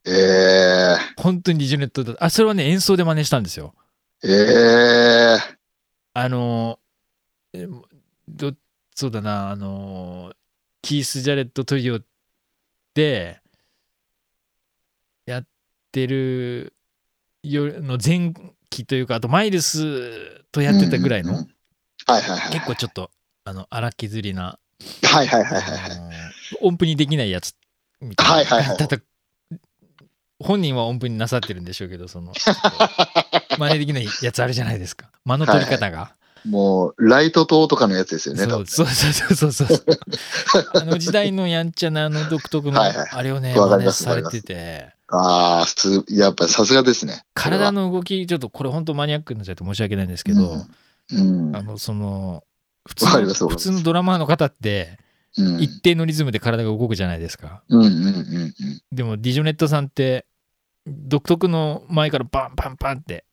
Speaker 2: え
Speaker 1: 本当にディジェネットだったあそれはね演奏で真似したんですよ
Speaker 2: ええ
Speaker 1: あのえどそうだなあのキース・ジャレット・トリオでやってるよの前期というかあとマイルスと
Speaker 2: え
Speaker 1: やってたぐらいの、
Speaker 2: うんうんうんはいはいはい。
Speaker 1: 結構ちょっとあの荒削りな、
Speaker 2: はいはいはいはいはい。
Speaker 1: あの音符にできないやつみたいな、
Speaker 2: はいはいはい
Speaker 1: ただ本人は音符になさってるんでしょうけどそのちょっと真似できないやつあるじゃないですか間の取り方が。
Speaker 2: もう、ライト灯とかのやつですよね、多分
Speaker 1: そうそうそうそうそうそう。 あの時代のやんちゃなあの独特の
Speaker 2: はいはい
Speaker 1: あれをね、
Speaker 2: わか
Speaker 1: 真
Speaker 2: りま
Speaker 1: 似
Speaker 2: す
Speaker 1: されてて、
Speaker 2: ああ、す、やっぱさすがですね。
Speaker 1: 体の動き、ちょっとこれ本当マニアックになっちゃって申し訳ないんですけど、
Speaker 2: うん。
Speaker 1: あ
Speaker 2: うん。
Speaker 1: の、その、普
Speaker 2: わかります
Speaker 1: 通
Speaker 2: わ
Speaker 1: の普
Speaker 2: かります
Speaker 1: 通のドラマーの方って、
Speaker 2: うん。
Speaker 1: 一定のリズムで体が動くじゃないですか。
Speaker 2: うんうんうんうん。
Speaker 1: でも、ディジョネットさんって、独特の前からバンバンバンって、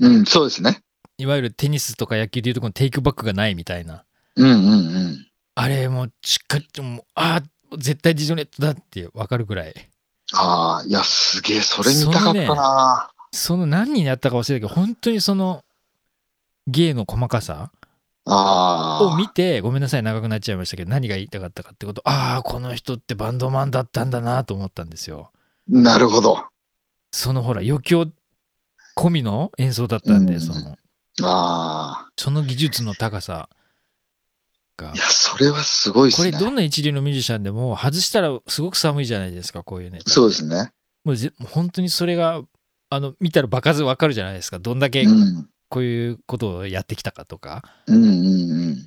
Speaker 2: うん、そうですね。
Speaker 1: いわゆるテニスとか野球でいうとこのテイクバックがないみたいな、
Speaker 2: うんうんうん。
Speaker 1: あれもうしっかりと、もうああ、絶対ディジョネットだってわかるぐらい。
Speaker 2: ああ、いや、すげえ、それ見たかったな。
Speaker 1: その何になったか忘れたけど本当にその芸の細かさ
Speaker 2: あ
Speaker 1: を
Speaker 2: あ。
Speaker 1: 見てごめんなさい長くなっちゃいましたけど何が言いたかったかってことああこの人ってバンドマンだったんだなと思ったんですよ
Speaker 2: なるほど。
Speaker 1: そのほら余興込みの演奏だったん
Speaker 2: う
Speaker 1: で
Speaker 2: ん
Speaker 1: その
Speaker 2: あ
Speaker 1: その技術の高さが
Speaker 2: あ。いや、それはすごいで
Speaker 1: こ
Speaker 2: す
Speaker 1: れ
Speaker 2: ね。
Speaker 1: どんな一流のミュージシャンでも外したらすごく寒いじゃないですかこういうね
Speaker 2: そうですね。
Speaker 1: もうぜ本当にそれがあの見たら場数わかるじゃないですかどんだけ
Speaker 2: うん。
Speaker 1: こういうことをやってきたかとか
Speaker 2: うんうんうん。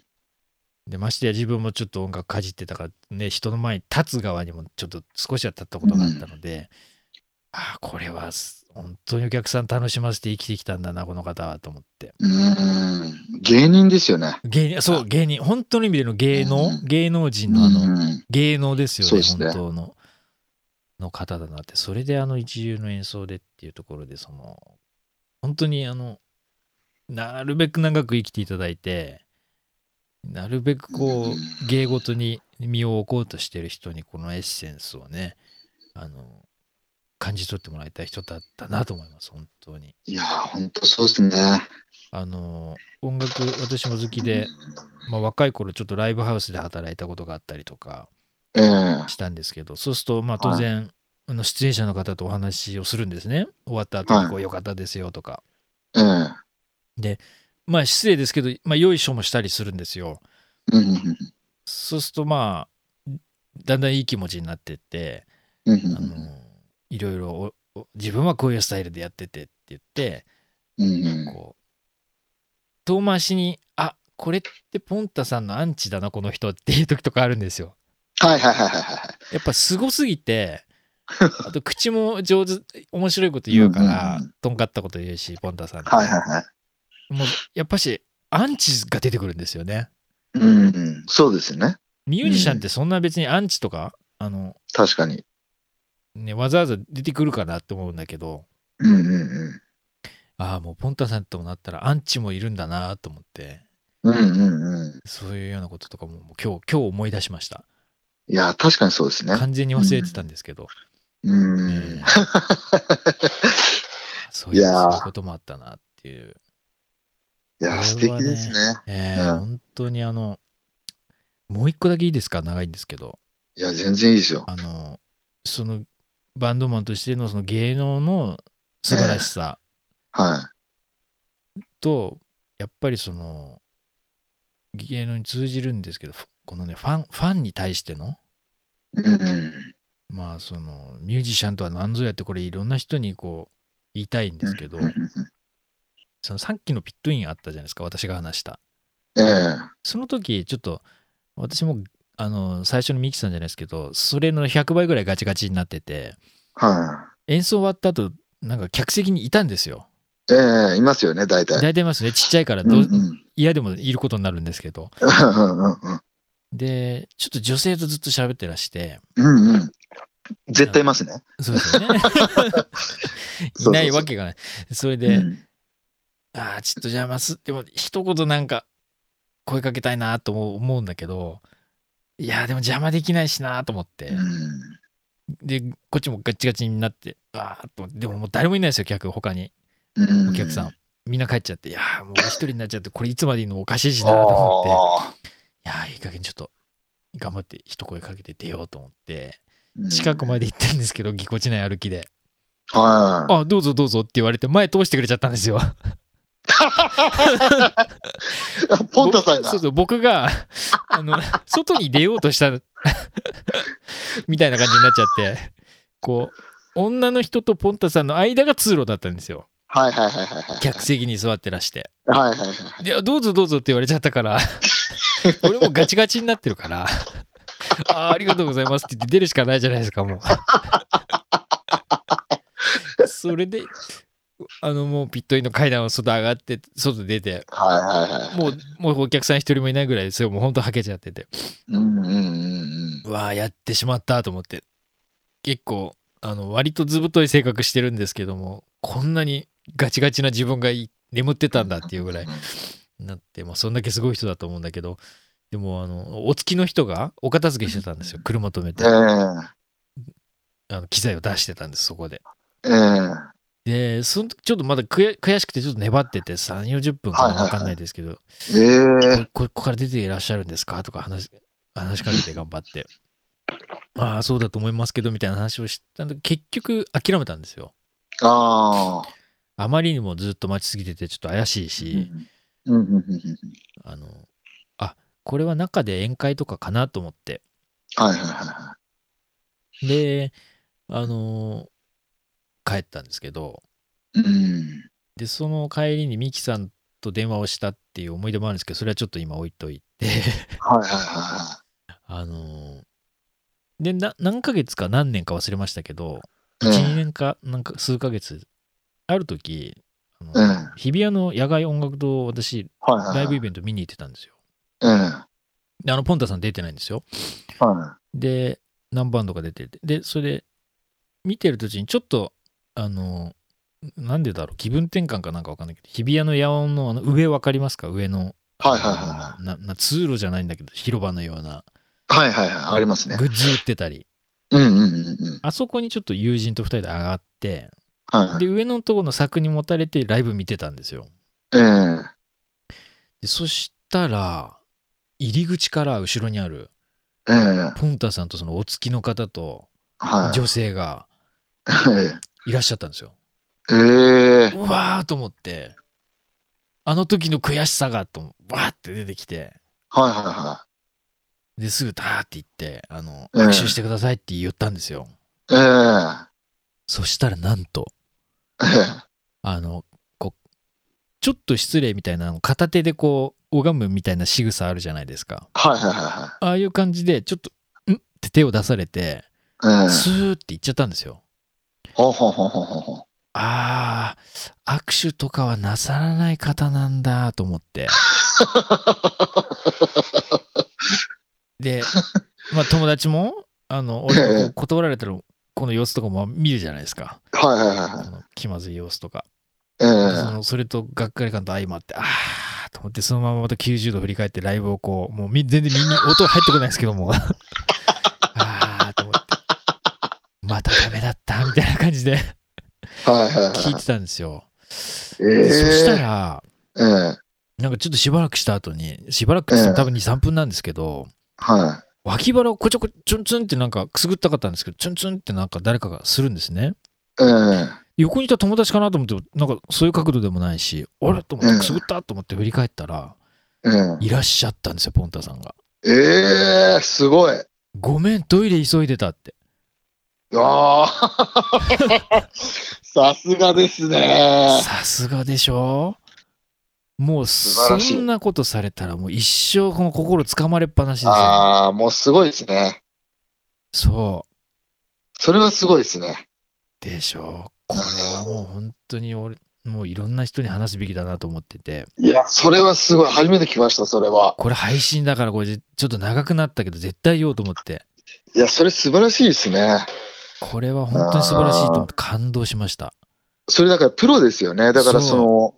Speaker 1: でましてや自分もちょっと音楽かじってたからね人の前に立つ側にもちょっと少しは立ったことがあったので、ああこれはす本当にお客さん楽しませて生きてきたんだなこの方はと思って
Speaker 2: うーん。芸人ですよね。
Speaker 1: 芸人そう芸人本当の意味での芸能、
Speaker 2: うん
Speaker 1: 芸能人のあの、
Speaker 2: うんうん
Speaker 1: 芸能ですよ
Speaker 2: そう
Speaker 1: ね
Speaker 2: ですね
Speaker 1: 本当のの方だなってそれであの一流の演奏でっていうところでその本当にあのなるべく長く生きていただいてなるべくこう、
Speaker 2: うん
Speaker 1: 芸事に身を置こうとしてる人にこのエッセンスをねあの感じ取ってもらいたい人だったなと思います本当に
Speaker 2: いやー、本当そうですね。
Speaker 1: あの音楽私も好きで、まあ、若い頃ちょっとライブハウスで働いたことがあったりとか
Speaker 2: ええ
Speaker 1: したんですけどそうするとまあ当然、あの出演者の方とお話をするんですね終わった後にこう良かったですよとか、
Speaker 2: ええ
Speaker 1: まあ失礼ですけど、まあ、良い書もしたりするんですよ
Speaker 2: うんうん
Speaker 1: そうするとまあだんだんいい気持ちになってって
Speaker 2: うんうん
Speaker 1: あのいろいろおお自分はこういうスタイルでやっててって言って
Speaker 2: うんうん
Speaker 1: こう遠回しに「あこれってポンタさんのアンチだなこの人」っていう時とかあるんですよ。
Speaker 2: はいはいはいはいは
Speaker 1: やっぱすごすぎ てあと口も上手面白いこと言うから
Speaker 2: うんうん
Speaker 1: とんかったこと言うしポンタさんって、
Speaker 2: い。はいはいはい。
Speaker 1: もうやっぱしアンチが出てくるんですよね。
Speaker 2: うんうん。そうですね。
Speaker 1: ミュージシャンってそんな別にアンチとか、あの
Speaker 2: 確かに。
Speaker 1: ね、わざわざ出てくるかなって思うんだけど
Speaker 2: うんうん
Speaker 1: ああもうポンタさんともなったらアンチもいるんだなと思って。
Speaker 2: うん。うんうんうん。
Speaker 1: そういうようなこととかももう今日、今日思い出しました。
Speaker 2: いやー、確かにそうですね。
Speaker 1: 完全に忘れてたんですけど。
Speaker 2: う
Speaker 1: え
Speaker 2: ん
Speaker 1: ー。そういう
Speaker 2: いや
Speaker 1: そ
Speaker 2: ー
Speaker 1: ういうこともあったなっていう。
Speaker 2: いやー、素敵ですね。
Speaker 1: えー
Speaker 2: うん
Speaker 1: 本当にあの、もう一個だけいいですか長いんですけど。
Speaker 2: いや、全然いいですよ。
Speaker 1: あの、そのバンドマンとしてのその芸能の素晴らしさ
Speaker 2: は
Speaker 1: と、やっぱりその、芸能に通じるんですけど、ふこのね、ファン、ファンに対しての、
Speaker 2: うん。
Speaker 1: まあその、ミュージシャンとは何ぞやって、これいろんな人にこう、言いたいんですけど
Speaker 2: う、ん
Speaker 1: そのさっきのピットインあったじゃないですか、私が話した。
Speaker 2: ええ
Speaker 1: その時、ちょっと、私も、あの、最初のミキさんじゃないですけど、それの100倍ぐらいガチガチになってて、
Speaker 2: は
Speaker 1: 演奏終わった後、なんか客席にいたんですよ。
Speaker 2: い。ええいますよね、大体。
Speaker 1: 大体いますね。ちっちゃいから
Speaker 2: うん
Speaker 1: ど
Speaker 2: う。
Speaker 1: うん
Speaker 2: うん
Speaker 1: 嫌でもいることになるんですけど。
Speaker 2: うんうん
Speaker 1: で、ちょっと女性とずっと喋ってらして、
Speaker 2: うんうん。絶対いますね。
Speaker 1: そうですよね。いないわけがない。それで、
Speaker 2: うん
Speaker 1: ああ、ちょっとじゃあます、でも一言なんか声かけたいなとも思うんだけど、いやーでも邪魔できないしなと思って
Speaker 2: う、
Speaker 1: で、こっちもガッチガチになって、ああと思って、でももう誰もいないですよ、客、他に、
Speaker 2: ん。
Speaker 1: お客さ。
Speaker 2: うん
Speaker 1: みんな帰っちゃって、いやーもう俺一人になっちゃって、これいつまでいいのおかしいし
Speaker 2: ん。
Speaker 1: なと思って。
Speaker 2: あ
Speaker 1: いやーいい加減ちょっと頑張って一声かけて出ようと思って
Speaker 2: ー
Speaker 1: 近くまで行ったんですけどぎこちない歩きで「
Speaker 2: は
Speaker 1: あどうぞどうぞ」って言われて前通してくれちゃったんですよ。
Speaker 2: い。ポンタさんが
Speaker 1: そう。そう僕があの外に出ようとした みたいな感じになっちゃってこう女の人とポンタさんの間が通路だったんですよ
Speaker 2: はいはいはいはいはい。
Speaker 1: 客席に座ってらして
Speaker 2: はいはいはい。
Speaker 1: 「いやどうぞどうぞ」って言われちゃったから俺もうガチガチになってるから「あーありがとうございます」って言って出るしかないじゃないですかもうそれであのもうピットインの階段を外上がって外出て
Speaker 2: はいはいはい。
Speaker 1: もうもうお客さん一人もいないぐらいですよもうほんとはけちゃってて
Speaker 2: うんうんう
Speaker 1: う
Speaker 2: ん
Speaker 1: わあやってしまったと思って結構あの割と図太い性格してるんですけどもこんなにガチガチな自分がい眠ってたんだっていうぐらいなって、まあ、そんだけすごい人だと思うんだけどでもあのお付きの人がお片付けしてたんですよ車止めて
Speaker 2: ええ
Speaker 1: あの機材を出してたんですそこで
Speaker 2: ええ
Speaker 1: でその時ちょっとまだ悔悔しくてちょっと粘ってて3 4 0分か
Speaker 2: はいはい
Speaker 1: な
Speaker 2: はい
Speaker 1: 分かんないですけど
Speaker 2: え
Speaker 1: こ
Speaker 2: え
Speaker 1: ここから出ていらっしゃるんですかとか話話しかけて頑張ってああそうだと思いますけどみたいな話をしたんだけど結局諦めたんですよ
Speaker 2: ああ。
Speaker 1: あまりにもずっと待ちすぎててちょっと怪しいし、
Speaker 2: うんうんうんうん
Speaker 1: あのあこれは中で宴会とかかなと思って
Speaker 2: はいはいは
Speaker 1: で、あのー帰ったんですけど、
Speaker 2: い。うん。
Speaker 1: で、その帰りにミキさんと電話をしたっていう思い出もあるんですけど、それはちょっと今置いといて、
Speaker 2: はいはいは
Speaker 1: あのーでな、何ヶ月か何年か忘れましたけど、
Speaker 2: い
Speaker 1: 1、
Speaker 2: はい。
Speaker 1: 2年か、なんか数ヶ月、ある時、あの
Speaker 2: ええ。はい
Speaker 1: 日比谷の野外音楽堂、私、
Speaker 2: はいはい。
Speaker 1: ライブイベント見に行ってたんですよ。
Speaker 2: ええ。は
Speaker 1: であの、ポンタさん出てないんですよ。で、何バンドか出てて。で、それで、見てる途中にちょっと、あの、なんでだろう、気分転換かなんかわかんないけど、日比谷の野音のあの上わかりますか上の。
Speaker 2: はいはいは
Speaker 1: なな通路じゃないんだけど、広場のような。
Speaker 2: い。はいはいはい。ありますね
Speaker 1: グ。ッズ売ってたり。
Speaker 2: うんうんうんうん。
Speaker 1: あそこにちょっと友人と二人で上がって、
Speaker 2: はい。
Speaker 1: で、上のとこの柵に持たれてライブ見てたんですよ。
Speaker 2: ええ。
Speaker 1: でそしたら、入り口から後ろにある、
Speaker 2: ええ。
Speaker 1: ポンタさんとそのお付きの方と
Speaker 2: はい。
Speaker 1: 女性がいらっしゃったんですよ。
Speaker 2: ええ。
Speaker 1: うわーと思って、あの時の悔しさがと、わーって出てきて、
Speaker 2: はいはいは
Speaker 1: で、すぐダーって言って、あの、
Speaker 2: う
Speaker 1: 握
Speaker 2: ん
Speaker 1: 手してくださいって言ったんですよ。
Speaker 2: い。ええ。
Speaker 1: そしたら、なんと、
Speaker 2: え
Speaker 1: あの、こう、ちょっと失礼みたいな、あの片手でこう、拝むみたいな仕草あるじゃないですか。
Speaker 2: はいはいは
Speaker 1: ああいう感じで、ちょっと、んって手を出されて、
Speaker 2: いはい。ええ。
Speaker 1: スーって言っちゃったんですよ。
Speaker 2: ほうほうほうほうほうほう。
Speaker 1: あー、握手とかはなさらない方なんだと思って。で、まあ、友達も、あの、俺がこう断られたら、この様子とかも見るじゃないですか。
Speaker 2: はいはいはい
Speaker 1: こ
Speaker 2: はい。
Speaker 1: の気まずい様子とか。
Speaker 2: え
Speaker 1: そのそれとがっかり感と相まって、ああと思って、そのまままた90度振り返って、ライブをこう、もうみ全然耳、音入ってこないですけども。ああと思って。またダメだった、みたいな感じで
Speaker 2: え。はいはいはい。
Speaker 1: 聞いてたんですよ。
Speaker 2: ええ。
Speaker 1: そしたら、
Speaker 2: ええ。
Speaker 1: なんかちょっとしばらくした後に、しばらくって言っても多分2、3分なんですけど、
Speaker 2: は
Speaker 1: 脇腹をこちょこちょんつんってなんかくすぐったかったんですけど、ちょんつんってなんか誰かがするんですね。
Speaker 2: い。ええ。
Speaker 1: 横にいた友達かなと思って、なんかそういう角度でもないし、あれと思っ
Speaker 2: う
Speaker 1: て
Speaker 2: ん
Speaker 1: くすぐったと思って振り返ったら、
Speaker 2: ええ。
Speaker 1: いらっしゃったんですよ、ポンタさんが。
Speaker 2: ええすごい。
Speaker 1: ごめん、トイレ急いでたって。
Speaker 2: ああ。 さすがですね。
Speaker 1: さすがでしょもう
Speaker 2: 素晴
Speaker 1: そ
Speaker 2: らしい
Speaker 1: んなことされたらもう一生この心つかまれっぱなしですよ。
Speaker 2: ああ、もうすごいですね。
Speaker 1: そ
Speaker 2: それはすごいですね。
Speaker 1: うでしょこれはもう本当に俺もういろんな人に話すべきだなと思ってて
Speaker 2: いや、それはすごい。初めて来ました、それは。
Speaker 1: これ配信だからこれぜちょっと長くなったけど絶対言おうと思って
Speaker 2: いや、それ素晴らしいですね。
Speaker 1: これは本当に素晴らしいと思って感動しました。
Speaker 2: それだからプロですよね。だからその、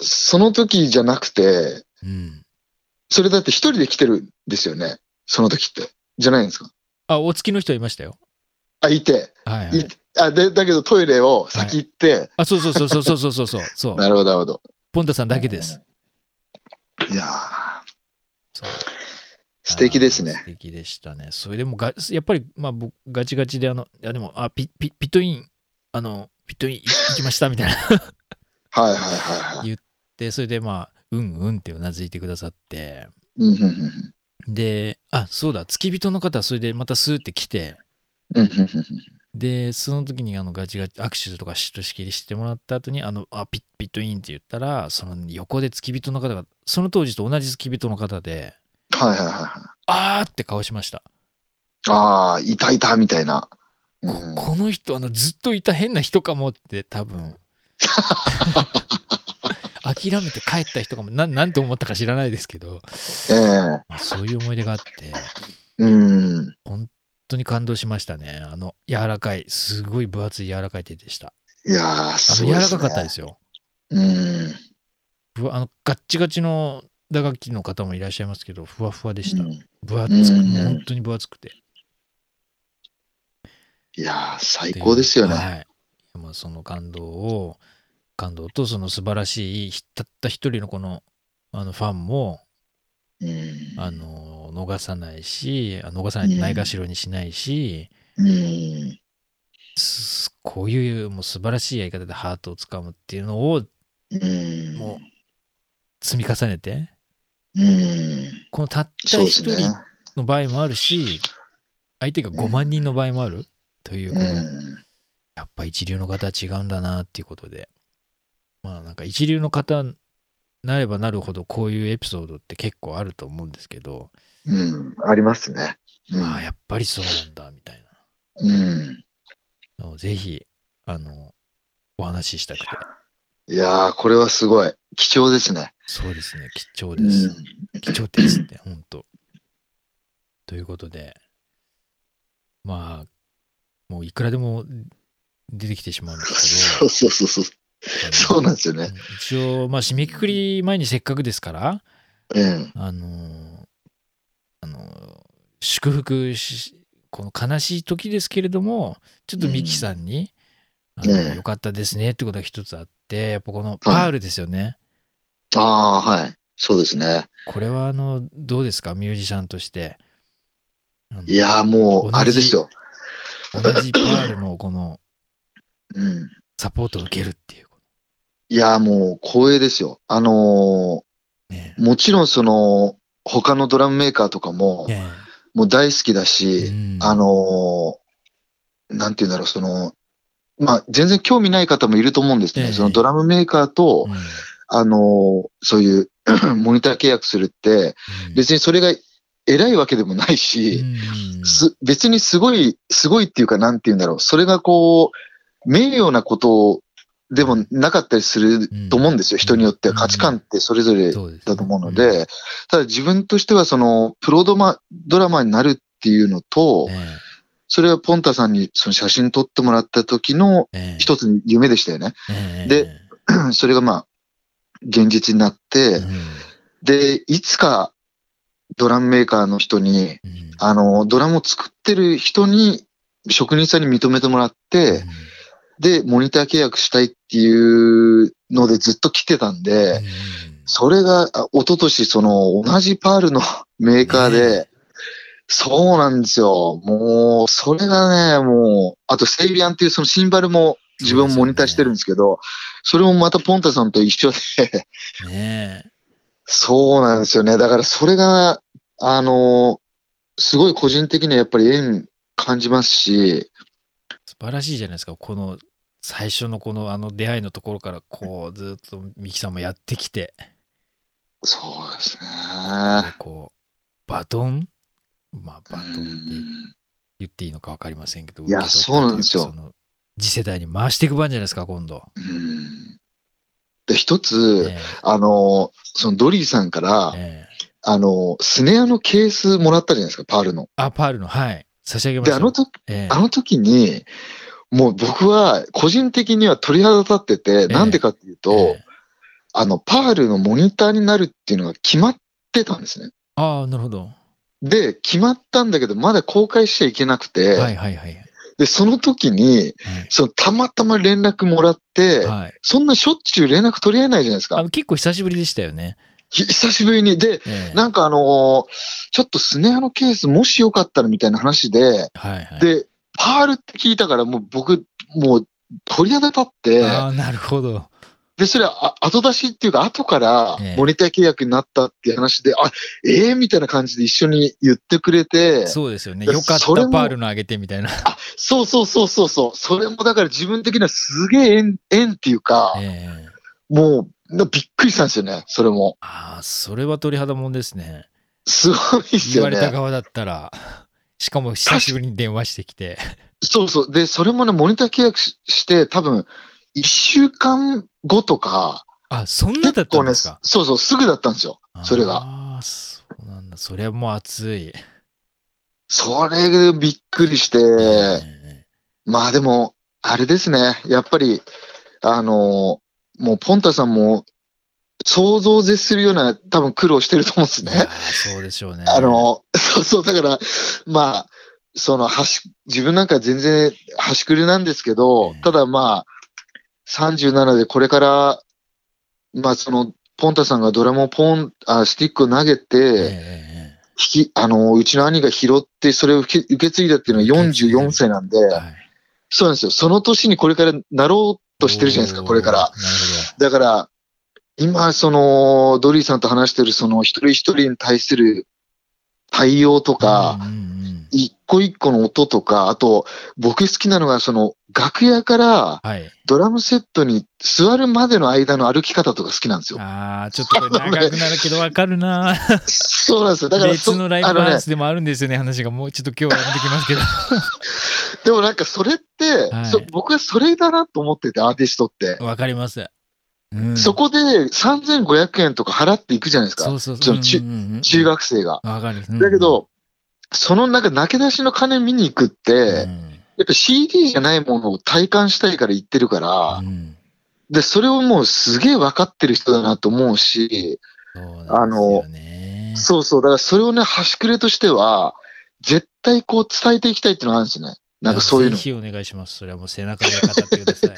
Speaker 2: その時じゃなくて、
Speaker 1: うん、
Speaker 2: それだって一人で来てるんですよね。その時って。じゃないんですか。
Speaker 1: あお付きの人はいましたよ。
Speaker 2: あ、いて。
Speaker 1: はい、はい
Speaker 2: いあ、で、だけどトイレを先行って、
Speaker 1: あそうそうそうそうそうそうそうそう
Speaker 2: なるほど、なるほど。
Speaker 1: ポンタさんだけです。
Speaker 2: いやー
Speaker 1: そう
Speaker 2: 素敵ですね
Speaker 1: 素。敵でしたね。それでもが、やっぱり、まあ、僕、ガチガチで、あの、いや、でも、あ、ピピピットイン、あの、ピットインい行きましたみたいな。
Speaker 2: はいはいはいはい。
Speaker 1: で、それで、まあ、うんうんってうなずいてくださって、
Speaker 2: うんうんうん
Speaker 1: で、あ、そうだ、付き人の方はそれでまたスーって来て、
Speaker 2: うんうんうんうん
Speaker 1: で、その時に、あの、ガチガチ、握手とかしとしきりしてもらった後に、あの、あ、ピッピットインって言ったら、その横で付き人の方が、その当時と同じ付き人の方で、
Speaker 2: はいはいはいはい。
Speaker 1: あーって顔しました。
Speaker 2: ああ、いたいたみたいな。うん
Speaker 1: ここの人あのずっといた変な人かもって多分諦めて帰った人かもななんて思ったか知らないですけど、
Speaker 2: ええ
Speaker 1: まあそういう思い出があって本
Speaker 2: うん。
Speaker 1: 当に感動しましたねあの柔らかいすごい分厚い柔らかい手でした
Speaker 2: いやー、
Speaker 1: あ
Speaker 2: す
Speaker 1: の
Speaker 2: ご
Speaker 1: 柔ら
Speaker 2: いです、
Speaker 1: か
Speaker 2: ね。
Speaker 1: かったですよ
Speaker 2: うん。
Speaker 1: ふわあのガッチガチの打楽器の方もいらっしゃいますけどふわふわでした、
Speaker 2: うん
Speaker 1: 分厚く
Speaker 2: うん
Speaker 1: もう本当に分厚くて
Speaker 2: いやー、最高ですよね。
Speaker 1: はい。まあ、その感動を、感動とその素晴らしい、ひたった一人のこの、あのファンも、
Speaker 2: うん。
Speaker 1: あの、逃さないし、あ逃さない、
Speaker 2: うん
Speaker 1: ないがしろにしないし、
Speaker 2: うん。
Speaker 1: すこういうもう素晴らしいやり方でハートをつかむっていうのを
Speaker 2: うん。
Speaker 1: もう積み重ねて、
Speaker 2: うん。
Speaker 1: このたった
Speaker 2: そうで
Speaker 1: 一
Speaker 2: すね。
Speaker 1: 人の場合もあるし、相手が5万人の場合もあるという、
Speaker 2: う
Speaker 1: この
Speaker 2: ん。
Speaker 1: やっぱ一流の方は違うんだなっていうことで、まあなんか一流の方になればなるほどこういうエピソードって結構あると思うんですけど、
Speaker 2: うん。ありますね。う
Speaker 1: ああ、
Speaker 2: ん。
Speaker 1: やっぱりそうなんだみたい
Speaker 2: うん。
Speaker 1: なのをぜひ、あの、お話ししたくて。
Speaker 2: いやー、これはすごい。貴重ですね。
Speaker 1: そうですね、貴重
Speaker 2: う
Speaker 1: です。
Speaker 2: ん。
Speaker 1: 貴重ですって、ほんと。ということで、まあ、もういくらでも出てきてしまうんです
Speaker 2: そうそうそうそう。
Speaker 1: けど、
Speaker 2: そうなんですよ
Speaker 1: あの
Speaker 2: ね。
Speaker 1: 一応、まあ締めくくり前にせっかくですから、
Speaker 2: うん。
Speaker 1: あのーあのー祝福しこの悲しい時ですけれどもちょっとミキさんに、あの
Speaker 2: ねえ
Speaker 1: よかったですねってことが一つあってやっぱこのパールですよね、
Speaker 2: ああ、はい。そうですね。
Speaker 1: これはあのどうですかミュージシャンとしてあの
Speaker 2: いやー、もう、あれですよ。
Speaker 1: 同じパールのこの
Speaker 2: うん。
Speaker 1: サポートを受けるっていうこ
Speaker 2: いやー、もう、光栄ですよ。あの
Speaker 1: とね
Speaker 2: ーもちろん、その、他のドラムメーカーとかも、
Speaker 1: ね
Speaker 2: もう大好きだ
Speaker 1: え
Speaker 2: し、
Speaker 1: うん
Speaker 2: あのーなんて言うんだろう、その、まあ、全然興味ない方もいると思うんですね。
Speaker 1: ええ
Speaker 2: そのドラムメーカーと、
Speaker 1: うん
Speaker 2: あのーそういう モニター契約するって、
Speaker 1: うん
Speaker 2: 別にそれが偉いわけでもないし、
Speaker 1: うん
Speaker 2: す別にすごい、すごいっていうか、なんて言うんだろう、それがこう、名誉なことでもなかったりすると思うんですよ、
Speaker 1: ん
Speaker 2: 人によって
Speaker 1: う
Speaker 2: は。
Speaker 1: ん
Speaker 2: 価値観ってそれぞれ
Speaker 1: そうですね
Speaker 2: だと思うので、ただ自分としては、その、プロドマドラマになるっていうのと、
Speaker 1: ね
Speaker 2: それはポンタさんにその写真撮ってもらった時の
Speaker 1: えねえ
Speaker 2: 一つの夢でしたよね。
Speaker 1: ねえ
Speaker 2: でそれがまあ、現実になって、
Speaker 1: うん
Speaker 2: で、いつかドラムメーカーの人に、
Speaker 1: うん
Speaker 2: あの、ドラムを作ってる人に、職人さんに認めてもらって、で、モニター契約したいっていうのでずっと来てた
Speaker 1: う
Speaker 2: ん
Speaker 1: んう
Speaker 2: で、
Speaker 1: ん
Speaker 2: それが、あ一昨年その、同じパールの メーカー
Speaker 1: ね
Speaker 2: で、そうなんですよ。もう、それがね、もう、あと、セイビアンっていうそのシンバルも自分モニターしてるんですけど、それもまたポンタさんと一緒で、
Speaker 1: ねえ
Speaker 2: そうなんですよね。だからそれがあのすごい個人的にはやっぱり縁感じますし、
Speaker 1: 素晴らしいじゃないですか。この最初のこのあの出会いのところからこうずっとミキさんもやってきて、
Speaker 2: そうですね。
Speaker 1: でこうバトンまあバトンっ
Speaker 2: う
Speaker 1: て
Speaker 2: ん
Speaker 1: 言っていいのか分かりませんけど。
Speaker 2: いや
Speaker 1: 受け取った
Speaker 2: そうなんですよ
Speaker 1: というかその次世代に回していく番じゃないですか、今度。
Speaker 2: うんで、一つ、
Speaker 1: え
Speaker 2: あのそのドリーさんから
Speaker 1: え、ええ
Speaker 2: あのスネアのケースもらったじゃないですか、パールの。
Speaker 1: あ、パールの、はい。差し上げまし
Speaker 2: で、
Speaker 1: た
Speaker 2: あ
Speaker 1: よ。
Speaker 2: のと
Speaker 1: ええ
Speaker 2: あの時に、もう僕は個人的には鳥肌立ってて、
Speaker 1: え
Speaker 2: なんでかっていうと、
Speaker 1: ええ
Speaker 2: あの、パールのモニターになるっていうのが決まってたんですね。
Speaker 1: ああ、なるほど。
Speaker 2: で、決まったんだけど、まだ公開しちゃいけなくて、
Speaker 1: はいはいはい。
Speaker 2: で、その時に、そのたまたま連絡もらって、
Speaker 1: はい、
Speaker 2: そんなしょっちゅう連絡取り合えないじゃないです
Speaker 1: あ
Speaker 2: か。
Speaker 1: の結構久しぶりでしたよね。
Speaker 2: ひ久しぶりに。で、
Speaker 1: ええ
Speaker 2: なんかあのーちょっとスネアのケースもしよかったらみたいな話で、
Speaker 1: はいはい、
Speaker 2: で、パールって聞いたからもう僕、もう鳥肌立って、
Speaker 1: ああ、なるほど。
Speaker 2: で、それはあ後出しっていうか、後から
Speaker 1: ええ
Speaker 2: モニター契約になったっていう話で、あ、ええみたいな感じで一緒に言ってくれて、
Speaker 1: そうですよね。
Speaker 2: で
Speaker 1: よかった、
Speaker 2: それも
Speaker 1: パールのあげてみたいな。
Speaker 2: あ、そうそうそうそうそう、それもだから自分的にはすげえ縁、縁っていうか、
Speaker 1: ええ
Speaker 2: もう、なびっくりしたんですよね、それも。
Speaker 1: ああ、それは鳥肌もんですね。
Speaker 2: すごいです
Speaker 1: 言わ
Speaker 2: よ
Speaker 1: れた
Speaker 2: ね。
Speaker 1: 側だったら、しかも久しぶりに電話してきて。
Speaker 2: そうそう。で、それもね、モニター契約しして、多分、一週間後とか、
Speaker 1: あ、そんなだったんですか。
Speaker 2: そうそう、すぐだったんですよ。それが。
Speaker 1: ああ、そうなんだ。それはもう熱い。
Speaker 2: それがびっくりして、
Speaker 1: え
Speaker 2: まあでも、あれですね。やっぱり、あのーもうポンタさんも想像を絶するような多分苦労してると思うんです
Speaker 1: いや
Speaker 2: ね。
Speaker 1: ーそうでしょうね。
Speaker 2: あのーそうそう、だから、まあ、その、はし、自分なんか全然端くれなんですけど
Speaker 1: ええ、
Speaker 2: ただまあ、37でこれから、まあその、ポンタさんがドラムをポン、あスティックを投
Speaker 1: え
Speaker 2: げ
Speaker 1: ええ
Speaker 2: て、
Speaker 1: ええ
Speaker 2: 引き、あのーうちの兄が拾って、それを受け受け継いだっていうのは44歳なんで、
Speaker 1: えはい
Speaker 2: そうなんですよ。その年にこれからなろうとしてるじゃないですか、これか
Speaker 1: なる
Speaker 2: ら。だから、今、その、ドリーさんと話してる、その、一人一人に対する対応と
Speaker 1: ほど。
Speaker 2: か、
Speaker 1: うんうんうん
Speaker 2: 一個一個の音とか、あと、僕好きなのが、その、楽屋から
Speaker 1: はい。
Speaker 2: ドラムセットに座るまでの間の歩き方とか好きな んですよ。
Speaker 1: ああ、ちょっとこれ長くなるけどわかるな。
Speaker 2: そうなんですよ。だからそ、
Speaker 1: 別のライブ
Speaker 2: あの
Speaker 1: ハ
Speaker 2: ね
Speaker 1: ウ、スでもあるんですよね、話が。もうちょっと今日はやめてきますけど。
Speaker 2: でもなんかそれって、
Speaker 1: はい
Speaker 2: そ僕はそれだなと思ってて、アーティストって。
Speaker 1: わかります。うん、
Speaker 2: そこで3500円とか払っていくじゃないですか。
Speaker 1: そうそう
Speaker 2: そ
Speaker 1: そうう。
Speaker 2: ち
Speaker 1: うんうんうん
Speaker 2: 中学生が。
Speaker 1: わかる。うん
Speaker 2: だけ、ど、そのなんか泣け出しの金見に行くって、
Speaker 1: うん
Speaker 2: やっぱ CD じゃないものを体感したいから行ってるから
Speaker 1: う、ん
Speaker 2: で、それをもうすげえ分かってる人だなと思うし、
Speaker 1: そうなんですよね
Speaker 2: そうそう、だからそれをね、端くれとしては、絶対こう伝えていきたいっていうのがあるんですよね。なんかそういうの
Speaker 1: ぜ。ひお願いします。それはもう背中で語ってください。本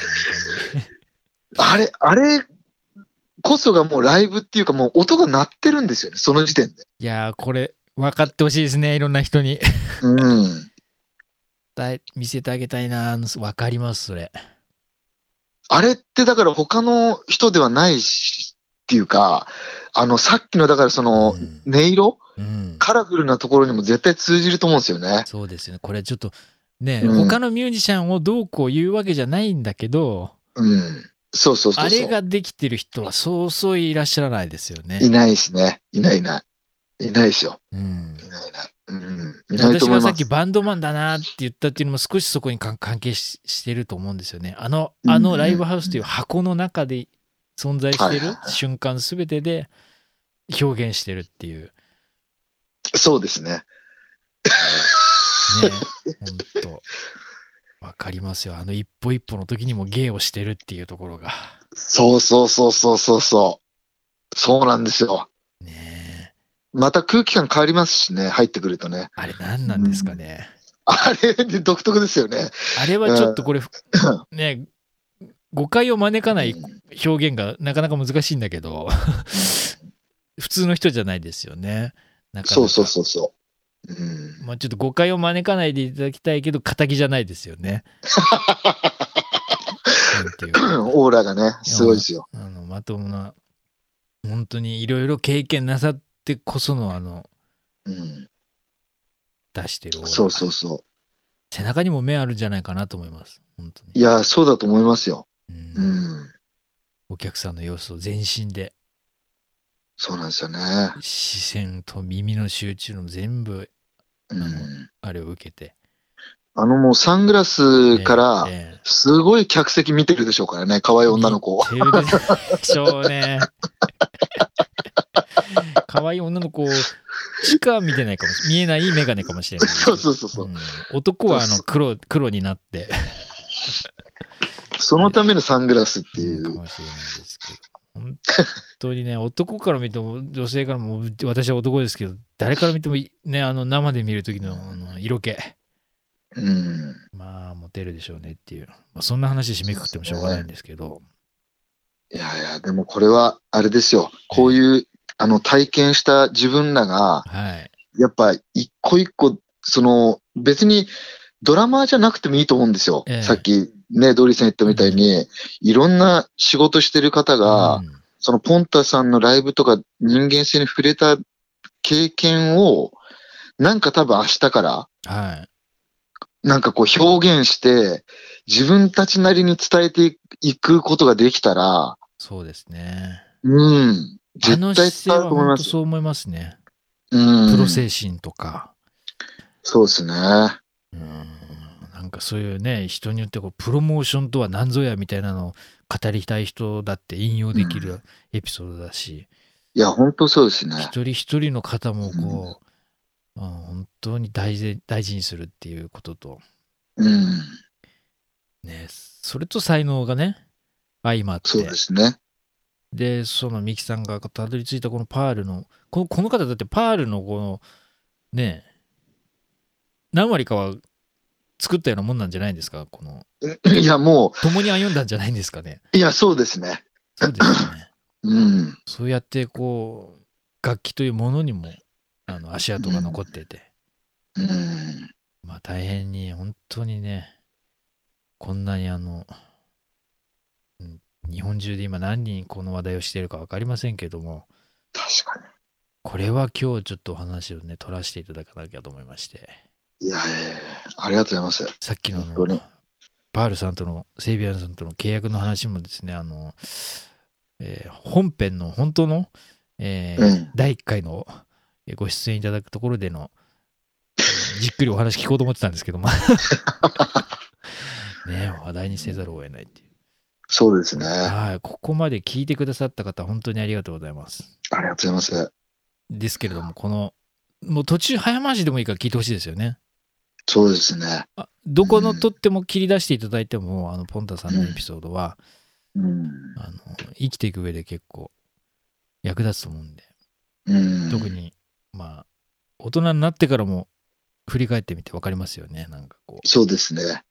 Speaker 1: 当に
Speaker 2: あれ、あれこそがもうライブっていうかもう音が鳴ってるんですよね、その時点で。
Speaker 1: いやー、これ、分かってほしいですね、いろんな人に。
Speaker 2: うん。
Speaker 1: 伝え見せてあげたいな、あのわかります、それ。
Speaker 2: あれってだから他の人ではないし、っていうか、あの、さっきのだからその、
Speaker 1: うん
Speaker 2: 音色
Speaker 1: うん
Speaker 2: カラフルなところにも絶対通じると思うんですよね。
Speaker 1: そうですよね。これちょっと、ね、
Speaker 2: うん
Speaker 1: 他のミュージシャンをどうこう言うわけじゃないんだけど、
Speaker 2: うん。そうそうそうそう。
Speaker 1: あれができてる人はそうそういらっしゃらないですよね。
Speaker 2: いないですね。いないいない。いないですよ。
Speaker 1: うん
Speaker 2: いないいない。うん。いないと
Speaker 1: 私
Speaker 2: 思い
Speaker 1: がさっ
Speaker 2: ま
Speaker 1: き
Speaker 2: す。
Speaker 1: バンドマンだなって言ったっていうのも少しそこに関関係ししてると思うんですよね。あの、あ
Speaker 2: う
Speaker 1: の
Speaker 2: ん
Speaker 1: ライブハウスという箱の中で存在して
Speaker 2: は
Speaker 1: る
Speaker 2: い
Speaker 1: 瞬間すべてで表現してるっていう。ね、
Speaker 2: そうですね。
Speaker 1: 本当わかりますよ。あの一歩一歩の時にも芸をしてるっていうところが。
Speaker 2: そうそうそうそうそうそう。そうなんですよ。
Speaker 1: ねえ
Speaker 2: また空気感変わりますしね、入ってくるとね。
Speaker 1: あれ何なんですかね。
Speaker 2: あれ、独特ですよね。
Speaker 1: あれはちょっとこれ、ね、誤解を招かない表現がなかなか難しいんだけど 普通の人じゃないですよね。なかなか
Speaker 2: そうそうそうそう。うん、
Speaker 1: まあ、ちょっと誤解を招かないでいただきたいけど敵じゃないですよね。なんていう か
Speaker 2: オーラがね、すごいですよ。
Speaker 1: あのまともな本当にいろいろ経験なさってこそのあの
Speaker 2: うん。
Speaker 1: 出してるオーラ
Speaker 2: そうそうそ
Speaker 1: 背中にも目あるんじゃないかなと思います本当
Speaker 2: う。
Speaker 1: に
Speaker 2: いや、そうだと思いますよ。
Speaker 1: うん
Speaker 2: うん。
Speaker 1: お客さんの様子を全身で
Speaker 2: そうなんですよね。
Speaker 1: 視線と耳の集中の全部
Speaker 2: うん。
Speaker 1: あれを受けて
Speaker 2: あのもうサングラスから、
Speaker 1: ええ
Speaker 2: すごい客席見てるでしょうからね、可愛い女の子を。
Speaker 1: 手腕でしょう ね。可愛い女の子しか見てないかもし見えない眼鏡かもしれない。
Speaker 2: そうそうそうそう。
Speaker 1: うん男はあの黒黒になって
Speaker 2: そのためのサングラスって
Speaker 1: かも
Speaker 2: い
Speaker 1: しれ
Speaker 2: う
Speaker 1: な。いですけど。本当にね、男から見ても女性からも私は男ですけど、誰から見てもね、あの生で見る時のあの色気。
Speaker 2: うん。
Speaker 1: まあ、モテるでしょうねっていう。まあ、そんな話締めくくってもしょうがないんですけど。
Speaker 2: いやいや、でもこれは、あれですよ。こういう、あの、体験した自分らが、
Speaker 1: はい。
Speaker 2: やっぱ一個一個、その別にドラマーじゃなくてもいいと思うんですよ。
Speaker 1: ええ
Speaker 2: さっきね、ドリーさん言ったみたいに、いろんな仕事してる方が、
Speaker 1: うん
Speaker 2: そのポンタさんのライブとか人間性に触れた経験を、なんか多分明日から、
Speaker 1: はい。
Speaker 2: なんかこう表現して、自分たちなりに伝えていくことができたら、
Speaker 1: そうですね。
Speaker 2: うん、
Speaker 1: あ
Speaker 2: 絶対
Speaker 1: の
Speaker 2: 伝
Speaker 1: 姿勢
Speaker 2: わ
Speaker 1: は
Speaker 2: ると思い
Speaker 1: 本
Speaker 2: ま
Speaker 1: 当
Speaker 2: す。
Speaker 1: そう思いますね。
Speaker 2: うん
Speaker 1: プロ精神とか、
Speaker 2: そうですね。
Speaker 1: うん、なんかそういうね、人によってこうプロモーションとは何ぞやみたいなのを語りたい人だって引用できるエピソードだし、
Speaker 2: いや、本当そうですね。
Speaker 1: 一人一人の方もこう、うん本当に大事大事にするっていうことと、
Speaker 2: うん、
Speaker 1: ね、それと才能がね、相まって。
Speaker 2: そうですね。
Speaker 1: でそのミキさんがたどり着いたこのパールのこのこの方だってパールのこのねえ何割かは作ったようなもんなんじゃないんですかこの
Speaker 2: いや、も
Speaker 1: 共に歩んだんじゃないんですかね
Speaker 2: う、いや、そうですね。
Speaker 1: そうですよね
Speaker 2: うん。
Speaker 1: そうやってこう楽器というものにもあの足跡が残っていて、
Speaker 2: うん。
Speaker 1: まあ大変に本当にねこんなにあのうん日本中で今何人この話題をしているか分かりませんけども
Speaker 2: 確か
Speaker 1: これは今日ちょっとお話をね、取らせていただかなきゃと思いまして、
Speaker 2: に。いや、いやいやありがとうございます。
Speaker 1: さっきのあの
Speaker 2: 本当に
Speaker 1: パールさんとの、セイビアンさんとの契約の話もですね、あの、えー本編の本当の、えー
Speaker 2: うん
Speaker 1: 第1回のえーご出演いただくところでの、えーじっくりお話聞こうと思ってたんですけど も、ね、話題にせざるを得ないっていう。
Speaker 2: そうですね。あ
Speaker 1: はい、ここまで聞いてくださった方、本当にありがとうございます。
Speaker 2: りがとうございます。
Speaker 1: ですけれども、この、もう途中早回しでもいいから聞いてほしいですよね。
Speaker 2: そうですね。
Speaker 1: あどこの
Speaker 2: うん
Speaker 1: とっても切り出していただいても、あのポンタさんのエピソードは、
Speaker 2: うん。
Speaker 1: あの生きていく上で結構役立つと思うんで、
Speaker 2: うん。
Speaker 1: 特にまあ大人になってからも振り返ってみて分かりますよねなんかこう
Speaker 2: そうですね。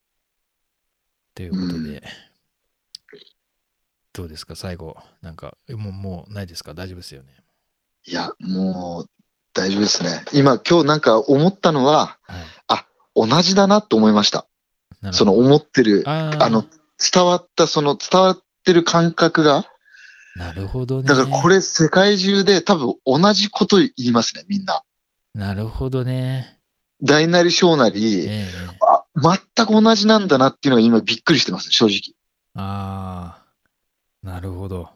Speaker 1: ということで、
Speaker 2: う
Speaker 1: どうですか最後なんかえもうもうないですか大丈夫ですよね
Speaker 2: いや、もう、大丈夫ですね。今、今日なんか思ったのは、
Speaker 1: はい
Speaker 2: 同じだなと思いました。
Speaker 1: なるほど
Speaker 2: その思ってる、
Speaker 1: あー
Speaker 2: あの、伝わった、その伝わってる感覚が。
Speaker 1: なるほどね
Speaker 2: だからこれ、世界中で多分同じこと言いますね、みんな。
Speaker 1: なるほどね、
Speaker 2: 大なり小なり、
Speaker 1: ええ
Speaker 2: あ、全く同じなんだなっていうのが今びっくりしてます、正直。
Speaker 1: ああなるほど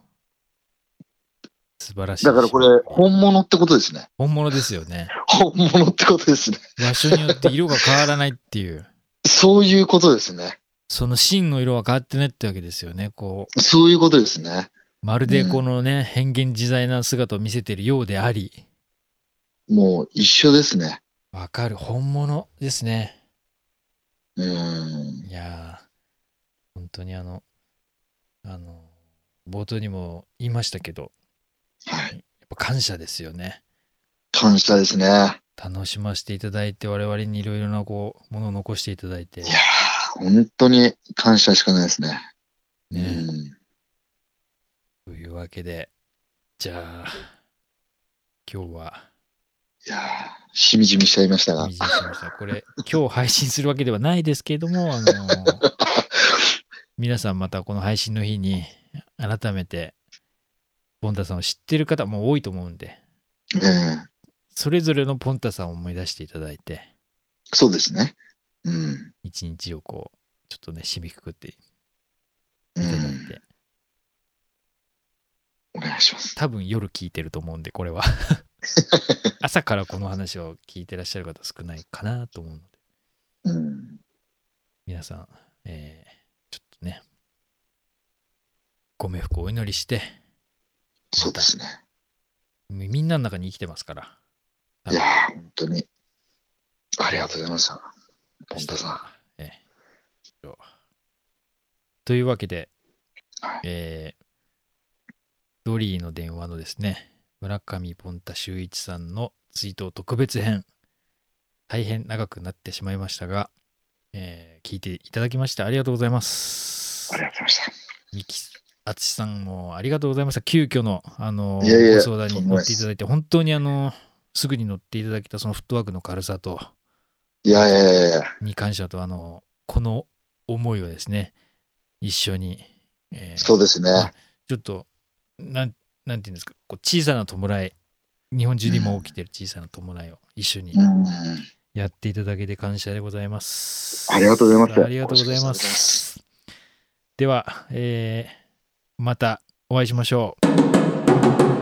Speaker 1: 素晴らしい
Speaker 2: だからこれ、本物ってことですね。
Speaker 1: 本物ですよね
Speaker 2: 本物ってことですね。
Speaker 1: 場所によって色が変わらないっていう
Speaker 2: そういうことですね。
Speaker 1: その芯の色は変わってないってわけですよねこ
Speaker 2: そういうことですね。
Speaker 1: うまるでこのね、変幻自在な姿を見せてるようであり
Speaker 2: もう一緒ですね。
Speaker 1: わかる本物ですね
Speaker 2: うーん。
Speaker 1: いやー本当にあのあの冒頭にも言いましたけど
Speaker 2: は
Speaker 1: や
Speaker 2: い。
Speaker 1: っぱ感謝ですよね
Speaker 2: 感謝ですね。いや
Speaker 1: 楽しませていただいて我々にいろいろなこうものを残していただいて
Speaker 2: ー、本当に感謝しかないですね。う
Speaker 1: ね
Speaker 2: ん。
Speaker 1: というわけでじゃあ今日はい
Speaker 2: やーしみじみしちゃいましたが
Speaker 1: 維持。しま した。これ、今日配信するわけではないですけれども、あのー皆さんまたこの配信の日に、改めて、ボンタさんを知ってる方も多いと思うんで、
Speaker 2: ええ
Speaker 1: それぞれのポンタさんを思い出していただいて、
Speaker 2: そうですね。うん。
Speaker 1: 一日をこう、ちょっとね、締めくくっていた
Speaker 2: う
Speaker 1: だい
Speaker 2: ん。
Speaker 1: て、
Speaker 2: お願いします。
Speaker 1: 多分夜聞いてると思うんで、これは。朝からこの話を聞いてらっしゃる方少ないかなと思うので、
Speaker 2: うん。
Speaker 1: 皆さん、えーちょっとね、ご冥福をお祈りして、
Speaker 2: そうですね。
Speaker 1: みみんなの中に生きてますから。
Speaker 2: いやー、本当に。ありがとうございました。ポンタさん。
Speaker 1: ええというわけで、
Speaker 2: はい
Speaker 1: えードリーの電話のですね、村上ポンタ秀一さんの追悼特別編、大変長くなってしまいましたが、えー聞いていただきましてありがとうございます
Speaker 2: あり。がとうございました。
Speaker 1: 三木淳さんもありがとうございました。急遽の、あの、
Speaker 2: いやいや
Speaker 1: ご相談に乗っていただいて、本当にあの、すぐに乗っていただけたそのフットワークの軽さと、
Speaker 2: いやいやいやいや。
Speaker 1: に感謝と、あの、この思いをですね、一緒に、えー
Speaker 2: そうですね。
Speaker 1: ちょっと、なん、なんていうんですか、こう小さな弔い、日本中にも起きてる小さな弔いを一緒に
Speaker 2: うん。
Speaker 1: やっていただけて感謝でございます。
Speaker 2: ありがとうございます
Speaker 1: ありがとうございます。では、えーまたお会いしましょう。